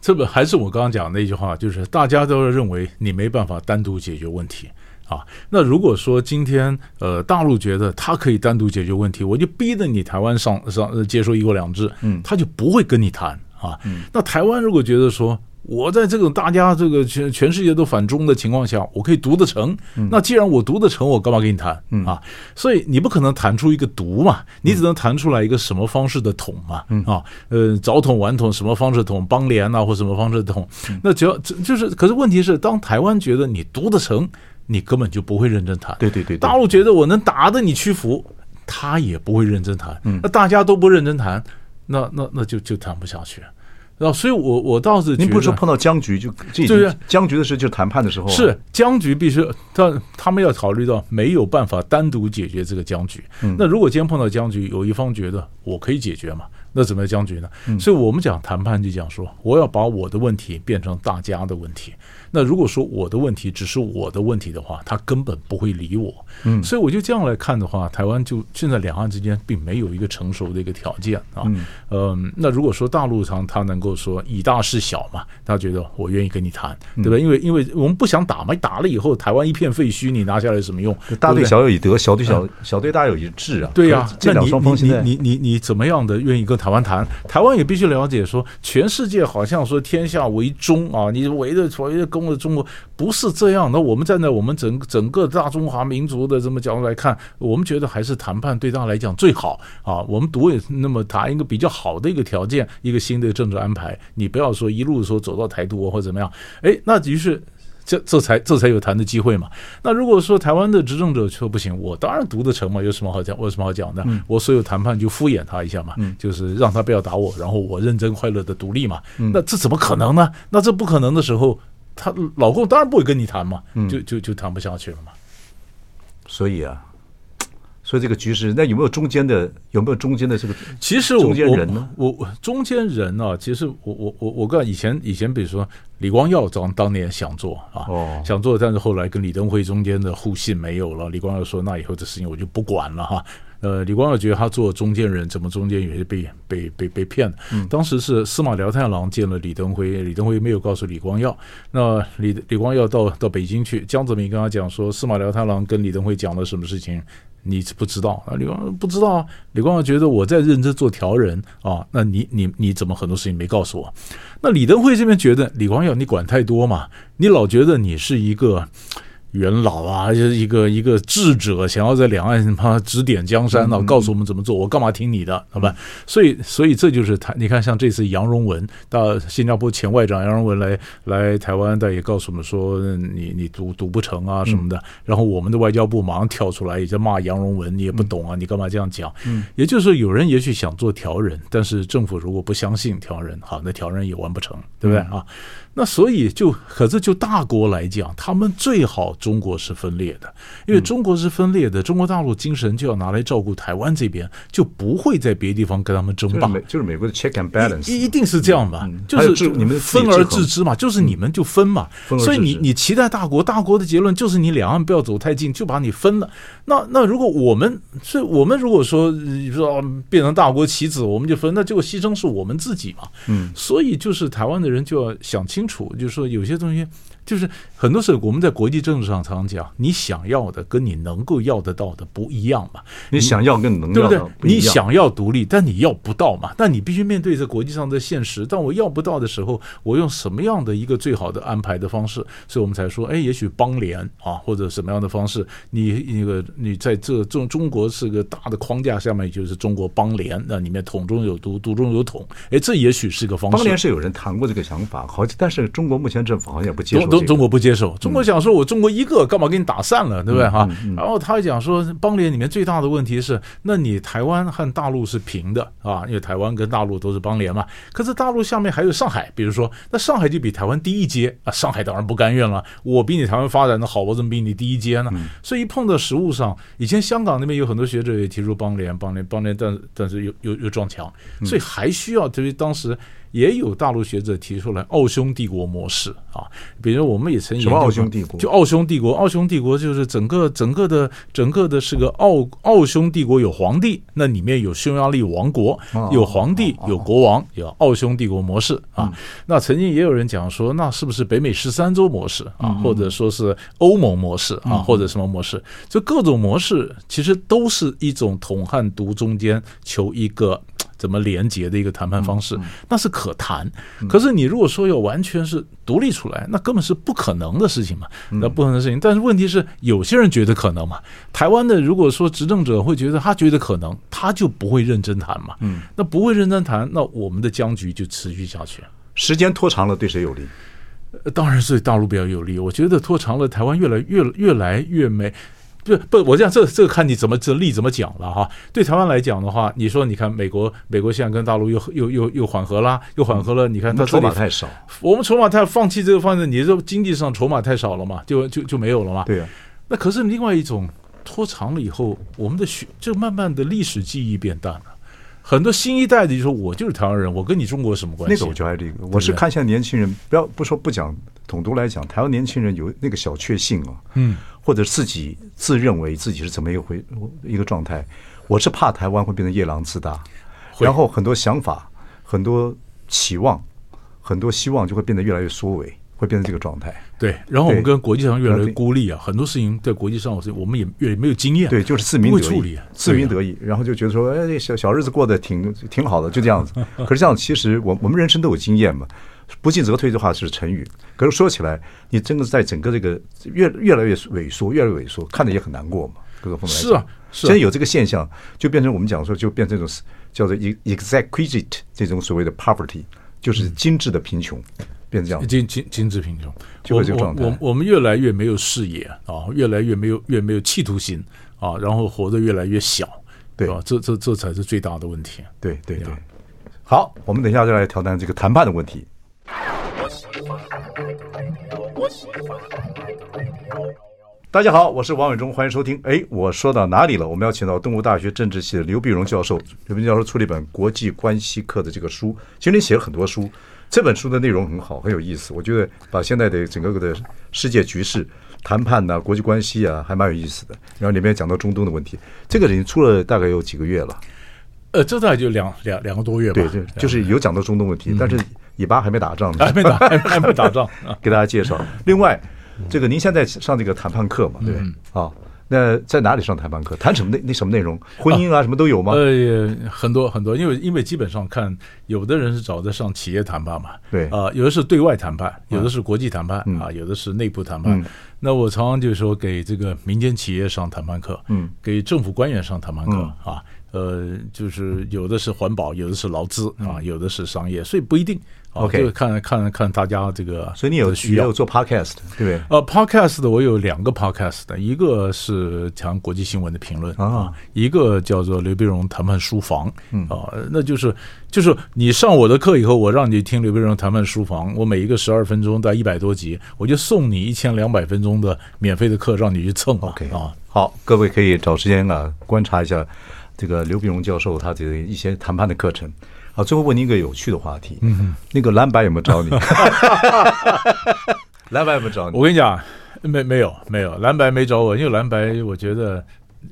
Speaker 2: 这不还是我刚刚讲的那句话，就是大家都认为你没办法单独解决问题啊。那如果说今天呃大陆觉得他可以单独解决问题，我就逼着你台湾上上呃接受一国两制，嗯，他就不会跟你谈啊。那台湾如果觉得说。我在这种大家这个全全世界都反中的情况下，我可以读得成。
Speaker 1: 嗯
Speaker 2: 那既然我读得成，我干嘛跟你谈啊？所以你不可能谈出一个读
Speaker 1: 嗯
Speaker 2: 嘛，你只能谈出来一个什么方式的统嘛啊，呃，早统晚统什么方式统，邦联啊呐、或什么方式统。
Speaker 1: 嗯
Speaker 2: 那只要这就是，可是问题是，当台湾觉得你读得成，你根本就不会认真谈。
Speaker 1: 对对对对
Speaker 2: 大陆觉得我能打得你屈服，他也不会认真谈。
Speaker 1: 嗯
Speaker 2: 那大家都不认真谈，那那那就就谈不下去。然后，所以我我倒是觉得
Speaker 1: 您不是说碰到僵局就这已经
Speaker 2: 对对
Speaker 1: 僵局的时候，就是谈判的时候啊
Speaker 2: 是僵局必须，但他们要考虑到没有办法单独解决这个僵局。
Speaker 1: 嗯
Speaker 2: 那如果今天碰到僵局，有一方觉得我可以解决嘛，那怎么叫僵局呢？
Speaker 1: 嗯
Speaker 2: 所以我们讲谈判就讲说，我要把我的问题变成大家的问题。那如果说我的问题只是我的问题的话，他根本不会理我。嗯，所以我就这样来看的话，台湾就现在两岸之间并没有一个成熟的一个条件啊。嗯、那如果说大陆上他能够说以大事小嘛，他觉得我愿意跟你谈，对吧？因为因为我们不想打嘛，打了以后台湾一片废墟，你拿下来有什么用？
Speaker 1: 大对
Speaker 2: 对不对
Speaker 1: 小有以德，小对小小对大有一致啊。
Speaker 2: 对呀、
Speaker 1: 可是这两双方现
Speaker 2: 那
Speaker 1: 在
Speaker 2: 你你你你你怎么样的愿意跟台湾谈？台湾也必须了解说，全世界好像说天下为中啊，你围着围着攻了中国，不是这样。那我们站在我们整整个大中华民族的这么角度来看，我们觉得还是谈判对大家来讲最好啊。我们独也那么谈一个比较好的一个条件，一个新的政治安排，你不要说一路说走到台独或者怎么样，哎，那于是。这这才这才有谈的机会嘛。那如果说台湾的执政者说不行，我当然读得成嘛，有什么好讲？我有什么好讲的？
Speaker 1: 嗯
Speaker 2: 我所有谈判就敷衍他一下嘛，就是让他不要打我，然后我认真快乐的独立嘛。
Speaker 1: 嗯
Speaker 2: 那这怎么可能呢？那这不可能的时候，他老公当然不会跟你谈嘛，
Speaker 1: 嗯
Speaker 2: 就就就谈不下去了嘛。
Speaker 1: 所以啊，所以这个局势，那有没有中间的有没有中间的这个
Speaker 2: 其实我
Speaker 1: 中间人呢
Speaker 2: 我我中间人啊，其实我我我我告诉你以前以前比如说李光耀当当年想做啊，
Speaker 1: 哦
Speaker 2: 想做，但是后来跟李登辉中间的互信没有了，李光耀说那以后这事情我就不管了哈。呃，李光耀觉得他做中间人，怎么中间也是被被被被骗的。
Speaker 1: 嗯
Speaker 2: 当时是司马辽太郎见了李登辉，李登辉没有告诉李光耀。那李李光耀到到北京去，江泽民跟他讲说，司马辽太郎跟李登辉讲了什么事情，你不知道啊？李光耀不知道啊？李光耀觉得我在认真做调人啊，那你你你怎么很多事情没告诉我？那李登辉这边觉得李光耀你管太多嘛，你老觉得你是一个。元老啊，就是一个一个智者，想要在两岸他指点江山呢、告诉我们怎么做，我干嘛听你的，好吧？所以，所以这就是他，你看，像这次杨荣文到新加坡前外长杨荣文来来台湾，他也告诉我们说，嗯你你读读不成啊什么
Speaker 1: 嗯
Speaker 2: 的。然后我们的外交部马上跳出来，也在骂杨荣文，你也不
Speaker 1: 嗯
Speaker 2: 懂啊，你干嘛这样讲？也就是说，有人也许想做调人，但是政府如果不相信调人，好，那调
Speaker 1: 嗯
Speaker 2: 人也完不成，对不对啊？那所以就，可是就大国来讲，他们最好中国是分裂的，
Speaker 1: 嗯
Speaker 2: 因为中国是分裂的，中国大陆精神就要拿来照顾台湾这边，就不会在别的地方跟他们争
Speaker 1: 就是
Speaker 2: 霸。
Speaker 1: 美就是美国的 check and balance，嗯
Speaker 2: 一一定是这样吧，就
Speaker 1: 还有
Speaker 2: 是
Speaker 1: 制你们自己
Speaker 2: 分
Speaker 1: 制衡
Speaker 2: 而
Speaker 1: 嗯
Speaker 2: 治之嘛，就是你们就分嘛，
Speaker 1: 分而
Speaker 2: 所以
Speaker 1: 治
Speaker 2: 你
Speaker 1: 之
Speaker 2: 你期待大国，大国的结论就是你两岸不要走太近，就把你分了。那那如果我们，所以我们如果说呃说啊变成大国棋子，我们就分，那结果牺牲是我们自己嘛。
Speaker 1: 嗯，
Speaker 2: 所以就是台湾的人就要想清楚，就是说有些东西，就是很多时候我们在国际政治上常讲，你想要的跟你能够要得到的不一样嘛。
Speaker 1: 你想要跟能
Speaker 2: 对
Speaker 1: 要
Speaker 2: 不对
Speaker 1: 的？不一
Speaker 2: 你
Speaker 1: 样
Speaker 2: 想要独立，但你要不到嘛？但你必须面对这国际上的现实。但我要不到的时候，我用什么样的一个最好的安排的方式？所以我们才说，哎，也许邦联啊，或者什么样的方式，你那个你在这中中国是个大的框架下面，就是中国邦联，那里面统中有独，独中有统，哎，这也许是个方式。
Speaker 1: 当年是有人谈过这个想法，好像但是中国目前政府好像也不接受
Speaker 2: 中
Speaker 1: 这
Speaker 2: 中
Speaker 1: 个。嗯
Speaker 2: 中国不接受，中国想说我中国一个，干嘛给你打散了，对不对哈？然后他还讲说，邦联里面最大的问题是，那你台湾和大陆是平的啊，因为台湾跟大陆都是邦联嘛。可是大陆下面还有上海，比如说，那上海就比台湾低一阶啊，上海当然不甘愿了，我比你台湾发展的好，我怎么比你低一阶呢？
Speaker 1: 嗯
Speaker 2: 所以一碰到实物上，以前香港那边有很多学者也提出邦联，邦联，邦联，但但是又又又撞墙，
Speaker 1: 嗯
Speaker 2: 所以还需要，特别当时。也有大陆学者提出来奥匈帝国模式啊，比如我们也曾研究过
Speaker 1: 什么奥匈帝国
Speaker 2: 就奥匈帝国，奥匈帝国就是整个整个的整个的是个奥奥匈帝国有皇帝，那里面有匈牙利王国
Speaker 1: 哦，嗯
Speaker 2: 有皇帝，有国王，有奥匈帝国模式啊。那曾经也有人讲说，那是不是北美十三州模式啊，
Speaker 1: 嗯
Speaker 2: 或者说是欧盟模式啊，或者什么模式？就各种模式其实都是一种统汉独中间求一个。怎么连结的一个谈判方
Speaker 1: 嗯
Speaker 2: 式，那是可谈。可是你如果说要完全是独立出来，那根本是不可能的事情嘛，
Speaker 1: 嗯
Speaker 2: 那不可能的事情。但是问题是，有些人觉得可能嘛。台湾的如果说执政者会觉得他觉得可能，他就不会认真谈嘛。嗯，那不会认真谈，那我们的僵局就持续下去。
Speaker 1: 时间拖长了对谁有利？
Speaker 2: 呃当然是对大陆比较有利。我觉得拖长了，台湾越来越越来越没。不不，我这样，这这个看你怎么这力怎么讲了哈。对台湾来讲的话，你说你看美国，美国现在跟大陆又又又又缓和啦，又缓和了。你
Speaker 1: 我
Speaker 2: 看他
Speaker 1: 们
Speaker 2: 这
Speaker 1: 筹
Speaker 2: 里
Speaker 1: 码太少，
Speaker 2: 我们筹码太放弃这个方式，你这经济上筹码太少了嘛，就就就没有了嘛。
Speaker 1: 对呀、
Speaker 2: 那可是另外一种拖长了以后，我们的学就慢慢的历史记忆变淡了。很多新一代的就说我就是台湾人，我跟你中国有什么关系？
Speaker 1: 那个我觉得还是一个，我是看现在年轻人，不要不说不讲统独来讲，台湾年轻人有那个小确幸啊，
Speaker 2: 嗯，
Speaker 1: 或者自己自认为自己是怎么一个回一个状态，我是怕台湾会变成夜郎自大，
Speaker 2: 会
Speaker 1: 然后很多想法、很多期望、很多希望就会变得越来越缩尾，会变成这个状态。
Speaker 2: 对，然后我们
Speaker 1: 对
Speaker 2: 跟国际上越来越
Speaker 1: 对
Speaker 2: 孤立啊，很多事情在国际上，我们也越没有经验，
Speaker 1: 对，就是自鸣
Speaker 2: 不
Speaker 1: 得
Speaker 2: 会处
Speaker 1: 意
Speaker 2: 理啊，，
Speaker 1: 自鸣
Speaker 2: 对啊
Speaker 1: 得意，然后就觉得说，哎，这小小日子过得挺挺好的，就这样 子。可是这样，其实我我们人生都有经验嘛，不进则退的话是成语。可是说起来，你真的在整个这个越越来越萎缩，越来越萎缩，看着也很难过嘛。各个方面来
Speaker 2: 是啊
Speaker 1: 讲
Speaker 2: 是
Speaker 1: 现
Speaker 2: 啊
Speaker 1: 在有这个现象，就变成我们讲说，就变成这种叫做 exquisite 这种所谓的 poverty，就是
Speaker 2: 嗯
Speaker 1: 精致的贫穷，变成这样子。
Speaker 2: 精精精致贫穷，
Speaker 1: 就
Speaker 2: 我
Speaker 1: 会这个
Speaker 2: 我
Speaker 1: 状态
Speaker 2: 我我们越来越没有视野啊，越来越没有越没有企图心啊，然后活得越来越小，
Speaker 1: 对
Speaker 2: 吧？这这这才是最大的问题。
Speaker 1: 对对对
Speaker 2: 吧。
Speaker 1: 好，我们等一下就来挑战这个谈判的问题。大家好，我是王伟忠，欢迎收听。哎，我说到哪里了？我们要请到东吴大学政治系的刘碧荣教授。刘碧荣教授出了一本国际关系课的这个书，其实你写了很多书，这本书的内容很好，很有意思。我觉得把现在的整个的世界局势、谈判呐、国际关系啊，还蛮有意思的。然后里面讲到中东的问题，这个已经出了大概有几个月了。
Speaker 2: 呃，这大概就两两两个多月吧，嗯
Speaker 1: 对，就就是有讲到中东问题，但是以巴还没打仗呢，
Speaker 2: 啊还没打，还没还没 打仗啊。
Speaker 1: 给大家介绍。另外，这个您现在上这个谈判课嘛，对不
Speaker 2: 嗯
Speaker 1: 对啊？那在哪里上谈判课？谈什么内那什么内容？婚姻啊，什么都有吗？
Speaker 2: 呃，很多很多，因为因为基本上看，有的人是找在上企业谈判嘛，
Speaker 1: 对
Speaker 2: 啊、有的是对外谈判，有的是国际谈判、啊，有的是内部谈判。
Speaker 1: 嗯
Speaker 2: 那我常常就说给这个民间企业上谈判课，
Speaker 1: 嗯，
Speaker 2: 给政府官员上谈判课、啊，呃，就是有的是环保，有的是劳资啊，有的是商业，所以不一定
Speaker 1: 嗯
Speaker 2: 啊。
Speaker 1: OK
Speaker 2: 就看看看大家这个，
Speaker 1: 所以你有
Speaker 2: 需
Speaker 1: 也
Speaker 2: 要
Speaker 1: 有做 podcast 对不对？
Speaker 2: 呃，podcast 的我有两个 podcast 的，一个是讲国际新闻的评论
Speaker 1: 啊，
Speaker 2: 一个叫做刘碧荣谈判书房，
Speaker 1: 嗯
Speaker 2: 啊，那就是就是你上我的课以后，我让你听刘碧荣谈判书房，我每一个十二分钟到一百多集，我就送你一千两百分钟的免费的课，让你去蹭了
Speaker 1: OK
Speaker 2: 啊。
Speaker 1: 好，各位可以找时间啊观察一下这个刘碧荣教授他的一些谈判的课程。啊，最后问你一个有趣的话题，嗯，那个蓝白有没有找 你？ 蓝白有没有找你？
Speaker 2: 我跟你讲，没没有没有，蓝白没找我，因为蓝白我觉得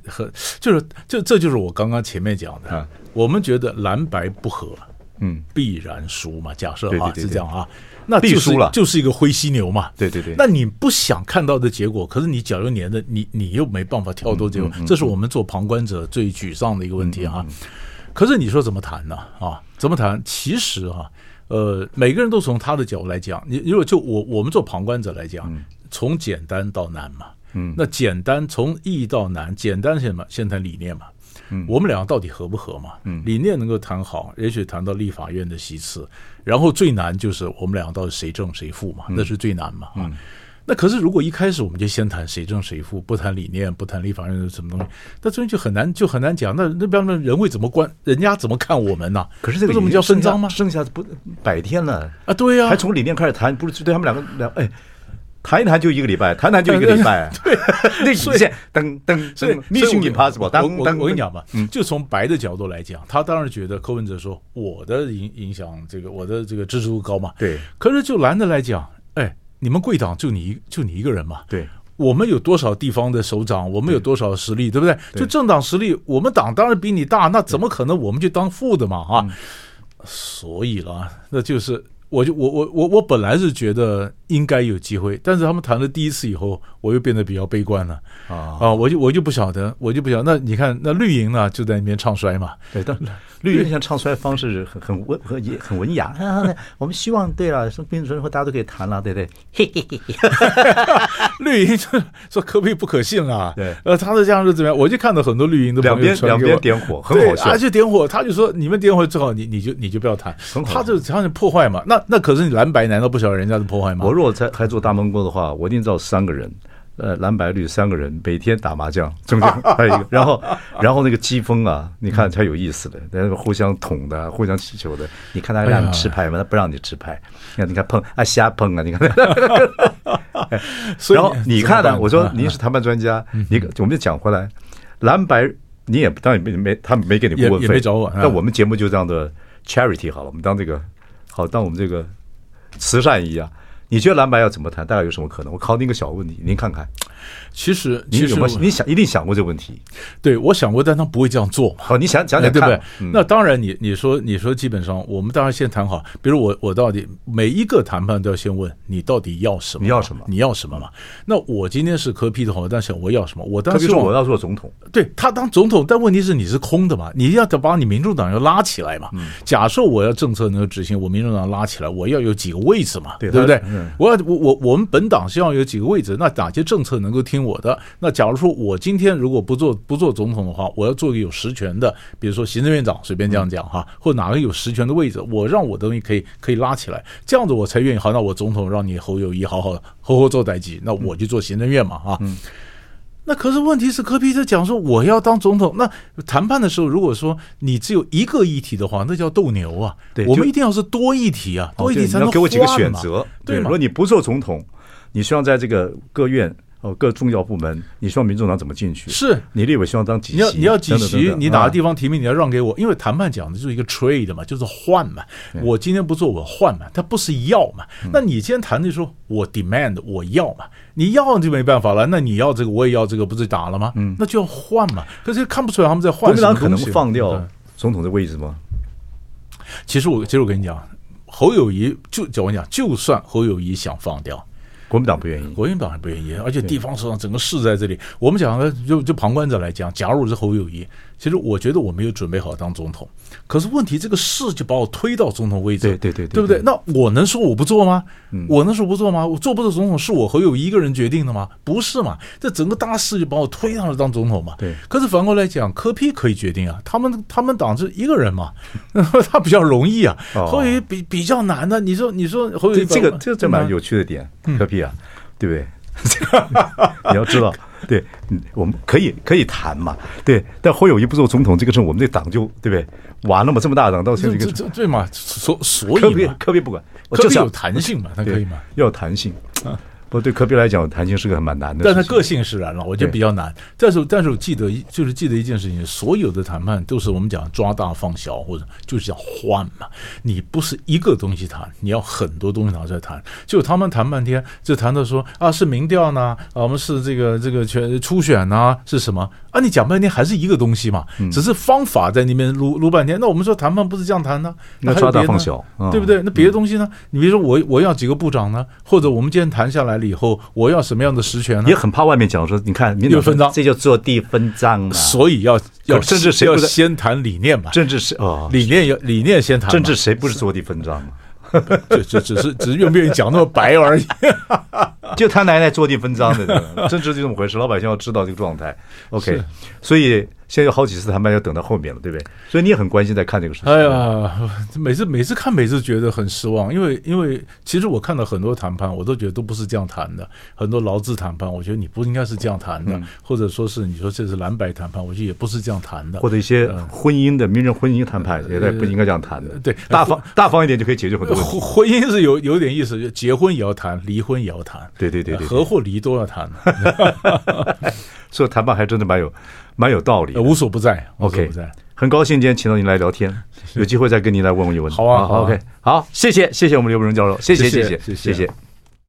Speaker 2: 很就是就这就是我刚刚前面讲的，
Speaker 1: 啊
Speaker 2: 我们觉得蓝白不合，
Speaker 1: 嗯，
Speaker 2: 必然输嘛，假设啊
Speaker 1: 对对对对
Speaker 2: 是这样啊，那就是
Speaker 1: 必输了
Speaker 2: 就是一个灰犀牛嘛，
Speaker 1: 对对对
Speaker 2: 那你不想看到的结果，可是你假如粘的，你你又没办法跳脱结果，这是我们做旁观者最沮丧的一个问题啊。可是你说怎么谈呢？啊，怎么谈？其实啊，呃，每个人都从他的角度来讲，你如果就我我们做旁观者来讲，从简单到难嘛，嗯，那简单从易到难，简单是什么？先谈理念嘛。嗯，我们两个到底合不合嘛？嗯，理念能够谈好，也许谈到立法院的席次，然后最难就是我们两个到底谁正谁负嘛，那是最难嘛。啊，那可是如果一开始我们就先谈谁正谁负，不谈理念，不谈立法院是什么东西，那这边就很难就很难讲。那那边的人会怎么观，人家怎么看我们呢、
Speaker 1: 可是这个
Speaker 2: 不是我们
Speaker 1: 已经
Speaker 2: 叫分赃吗？
Speaker 1: 剩下剩下不百天了
Speaker 2: 啊，对呀、
Speaker 1: 还从理念开始谈，不是对他们两个两哎。谈一谈就一个礼拜，谈一谈就一个礼 拜，对， 那底线噔噔
Speaker 2: 所以
Speaker 1: 噔，Mission
Speaker 2: 我
Speaker 1: Impossible，当
Speaker 2: 我
Speaker 1: 当，嗯
Speaker 2: 我跟你讲吧，就从白的角度来讲，他当然觉得柯文哲说我的影影响这个我的这个支持度高嘛，
Speaker 1: 对。
Speaker 2: 可是就蓝的来讲，哎，你们贵党就你一就你一个人嘛，
Speaker 1: 对。
Speaker 2: 我们有多少地方的首长？我们有多少实力，对不对？就政党实力，我们党当然比你大，那怎么可能我们去当副的嘛？啊，
Speaker 1: 嗯
Speaker 2: 所以啦，那就是我就我我我我本来是觉得应该有机会，但是他们谈了第一次以后，我又变得比较悲观了
Speaker 1: 啊
Speaker 2: 啊！我就我就不晓得，我就不晓得。那你看，那绿营呢就在那边唱 衰嘛，
Speaker 1: 对，但绿人像唱出来方式很很文很也很文雅。我们希望对了，说冰人后大家都可以谈了，对不对？
Speaker 2: 绿营就说可不可以不可信啊？
Speaker 1: 对
Speaker 2: 呃，他的这样是怎么样？我就看到很多绿营的朋友
Speaker 1: 两边
Speaker 2: 传给我
Speaker 1: 两边点火很好笑
Speaker 2: 对啊就点火，他就说你们点火最好，你你就你就不要谈，
Speaker 1: 很好
Speaker 2: 他就他就破坏嘛。那那可是你蓝白难道不晓得人家的破坏吗
Speaker 1: 我？如果在还做大闷锅的话，我一定找三个人，呃，蓝白绿三个人，每天打麻将，中间还有一个，然后然后那个机锋啊，你看才有意思的，那个互相捅的，互相起球的，你看他让你吃牌吗？他不让你吃牌，你看你看碰啊瞎碰啊，你看。
Speaker 2: 所以
Speaker 1: 然后你看
Speaker 2: 怎
Speaker 1: 呢、
Speaker 2: 么办嗯
Speaker 1: 我说
Speaker 2: 啊
Speaker 1: 您是谈判专家，你我们就讲回来，蓝白你也当然没没他们没给你
Speaker 2: 也
Speaker 1: 顾问费，
Speaker 2: 也没找我啊
Speaker 1: 但我们节目就这样的 charity 好了，我们当这个好当我们这个慈善一样。你觉得蓝白要怎么谈？大概有什么可能？我考你一个小问题，您看看，
Speaker 2: 其实
Speaker 1: 你
Speaker 2: 其
Speaker 1: 有
Speaker 2: 实
Speaker 1: 没
Speaker 2: 我
Speaker 1: 有你想一定想过这个问题？
Speaker 2: 对我想过，但他不会这样做嘛。
Speaker 1: 好，你想讲讲
Speaker 2: 哎对不
Speaker 1: 看嗯
Speaker 2: 对，？那当然你，你说你说，基本上我们当然先谈好，比如我我到底每一个谈判都要先问你到底要什么嘛，
Speaker 1: 你要什么
Speaker 2: 你要什么嘛？那我今天是磕批的话，但想我要什么？我当
Speaker 1: 特
Speaker 2: 时
Speaker 1: 别是我要做总统，
Speaker 2: 对他当总统，但问题是你是空的嘛，你要得把你民众党要拉起来嘛。
Speaker 1: 嗯
Speaker 2: 假设我要政策能够执行，我民众党拉起来，我要有几个位置嘛，
Speaker 1: 对
Speaker 2: 不对
Speaker 1: 他嗯？
Speaker 2: 我要我我我们本党是要有几个位置，那哪些政策能够听我的？那假如说我今天如果不做不做总统的话，我要做一个有实权的，比如说行政院长，随便这样讲哈，或哪个有实权的位置，我让我的东西可以可以拉起来，这样子我才愿意。好，那我总统让你侯友谊好好好好做代级，那我就做行政院嘛啊。那可是问题是，科比特讲说我要当总统。那谈判的时候，如果说你只有一个议题的话，那叫斗牛啊。
Speaker 1: 对
Speaker 2: 我
Speaker 1: 就
Speaker 2: 们一定要是多议题啊，多
Speaker 1: 哦
Speaker 2: 议
Speaker 1: 对
Speaker 2: 题
Speaker 1: 你
Speaker 2: 才能
Speaker 1: 要给我几个
Speaker 2: 换
Speaker 1: 选
Speaker 2: 嘛
Speaker 1: 择，
Speaker 2: 对
Speaker 1: 如
Speaker 2: 吗
Speaker 1: 果？你不做总统，你希望在这个各院哦各重要部门，你希望民众党怎么进去？
Speaker 2: 是
Speaker 1: 你立委希望当几席？啊
Speaker 2: 你要你要几
Speaker 1: 等等等
Speaker 2: 席，
Speaker 1: 等
Speaker 2: 你哪
Speaker 1: 啊
Speaker 2: 个地方提名你要让给我，因为谈判讲的就是一个 trade 嘛，就是换嘛。我今天不做，我换嘛，它不是要嘛。
Speaker 1: 嗯
Speaker 2: 那你今天谈的说，我 demand 我要嘛，你要就没办法了。那你要这个，我也要这个，不是打了吗？那就要换嘛。可是看不出来他们在
Speaker 1: 嗯国
Speaker 2: 换
Speaker 1: 民
Speaker 2: 什么
Speaker 1: 党可
Speaker 2: 东
Speaker 1: 能
Speaker 2: 西。嗯
Speaker 1: 放
Speaker 2: 对
Speaker 1: 掉总统的位置吗？
Speaker 2: 其实我，其实我跟你讲，侯友谊就就我跟你讲，就算侯友谊想放掉，
Speaker 1: 国民党不愿意。
Speaker 2: 国民党也不愿意，而且地方首长整个市在这里。我们讲的就就旁观者来讲，假如是侯友谊，其实我觉得我没有准备好当总统，可是问题这个事就把我推到总统位置，
Speaker 1: 对对对对嗯
Speaker 2: 对，不对？那我能说我不做吗？我能说不做吗？我做不做总统是我侯友谊一个人决定的吗？不是嘛？这整个大势就把我推上了当总统嘛。
Speaker 1: 对
Speaker 2: 可是反过来讲，柯批可以决定啊，他们他们党是一个人嘛， 他比较容易啊，
Speaker 1: 哦
Speaker 2: 侯友谊比比较难的、你说你说侯友
Speaker 1: 这
Speaker 2: 谊嗯
Speaker 1: 这个
Speaker 2: 把
Speaker 1: 这这蛮有趣的点，柯比啊，对不对？ 你要知道，对，嗯我们可以可以谈嘛，对。但侯友谊不做总统这个事儿，我们这党就对不对？完了嘛，这么大党到现在
Speaker 2: 这
Speaker 1: 这
Speaker 2: 这
Speaker 1: 个
Speaker 2: 这对嘛？所所
Speaker 1: 科比
Speaker 2: 以嘛，
Speaker 1: 科比不管，我
Speaker 2: 科
Speaker 1: 就
Speaker 2: 比
Speaker 1: 是要
Speaker 2: 有弹性嘛，他可
Speaker 1: 对
Speaker 2: 以嘛？啊
Speaker 1: 要有弹性。不过对科比来讲，弹性是个很蛮难的事
Speaker 2: 但
Speaker 1: 情。
Speaker 2: 他个性使然了，我觉得
Speaker 1: 对
Speaker 2: 比较难。但是，但是我记得一，就是记得一件事情，所有的谈判都是我们讲抓大放小，或者就是要换嘛。你不是一个东西谈，你要很多东西拿出来谈。就他们谈半天，就谈到说啊，是民调呢，啊，我们是这个这个全初选呢、是什么啊？你讲半天还是一个东西嘛，只是方法在那边撸撸半天。那我们说谈判不是这样谈呢？
Speaker 1: 那
Speaker 2: 还有
Speaker 1: 抓大
Speaker 2: 别的
Speaker 1: 放
Speaker 2: 呢
Speaker 1: 小嗯
Speaker 2: 对不对？对，那别的东西呢？你比如说我我要几个部长呢？或者我们今天谈下来了以后，我要什么样的实权呢
Speaker 1: 也？很怕外面讲说，你看民
Speaker 2: 有
Speaker 1: 主
Speaker 2: 分赃
Speaker 4: 这就坐地分赃嘛。
Speaker 2: 所以要要
Speaker 1: 甚至谁
Speaker 2: 要
Speaker 1: 不在
Speaker 2: 先谈理念嘛，
Speaker 1: 政治是哦，
Speaker 2: 理念要理念先谈嘛，
Speaker 1: 政治谁不是坐地分赃啊？
Speaker 2: 就就只是只是愿不愿意讲那么白 而已。
Speaker 1: 就他奶奶坐地分赃的，真 的政治就这么回事。老百姓要知道这个状态。OK，所以现在有好几次谈判要等到后面了，对不对？所以你也很关心在看这个事情。
Speaker 2: 哎呀，每次每次看，每次觉得很失望，因为因为其实我看到很多谈判，我都觉得都不是这样谈的，很多劳资谈判，我觉得你不应该是这样谈
Speaker 1: 嗯
Speaker 2: 的，或者说是你说这是蓝白谈判，我觉得也不是这样谈的，
Speaker 1: 或者一些婚姻的名人婚姻谈判也在不应该这样谈的，
Speaker 2: 呃对
Speaker 1: 大方大方一点就可以解决很多问题。
Speaker 2: 婚婚姻是有有点意思，就结婚也要谈，离婚也要谈，
Speaker 1: 对对对对对
Speaker 2: 合或离都要谈，
Speaker 1: 所以谈判还真的蛮有蛮有道理的
Speaker 2: 呃。无所不在，无所
Speaker 1: OK，
Speaker 2: 不在。
Speaker 1: 很高兴今天请到您来聊天，有机会再跟您来问问一问。
Speaker 2: 好啊好啊
Speaker 1: o k 好，谢谢谢谢我们刘伯荣教授，谢谢
Speaker 2: 谢谢
Speaker 1: 谢
Speaker 2: 谢谢
Speaker 1: 谢谢。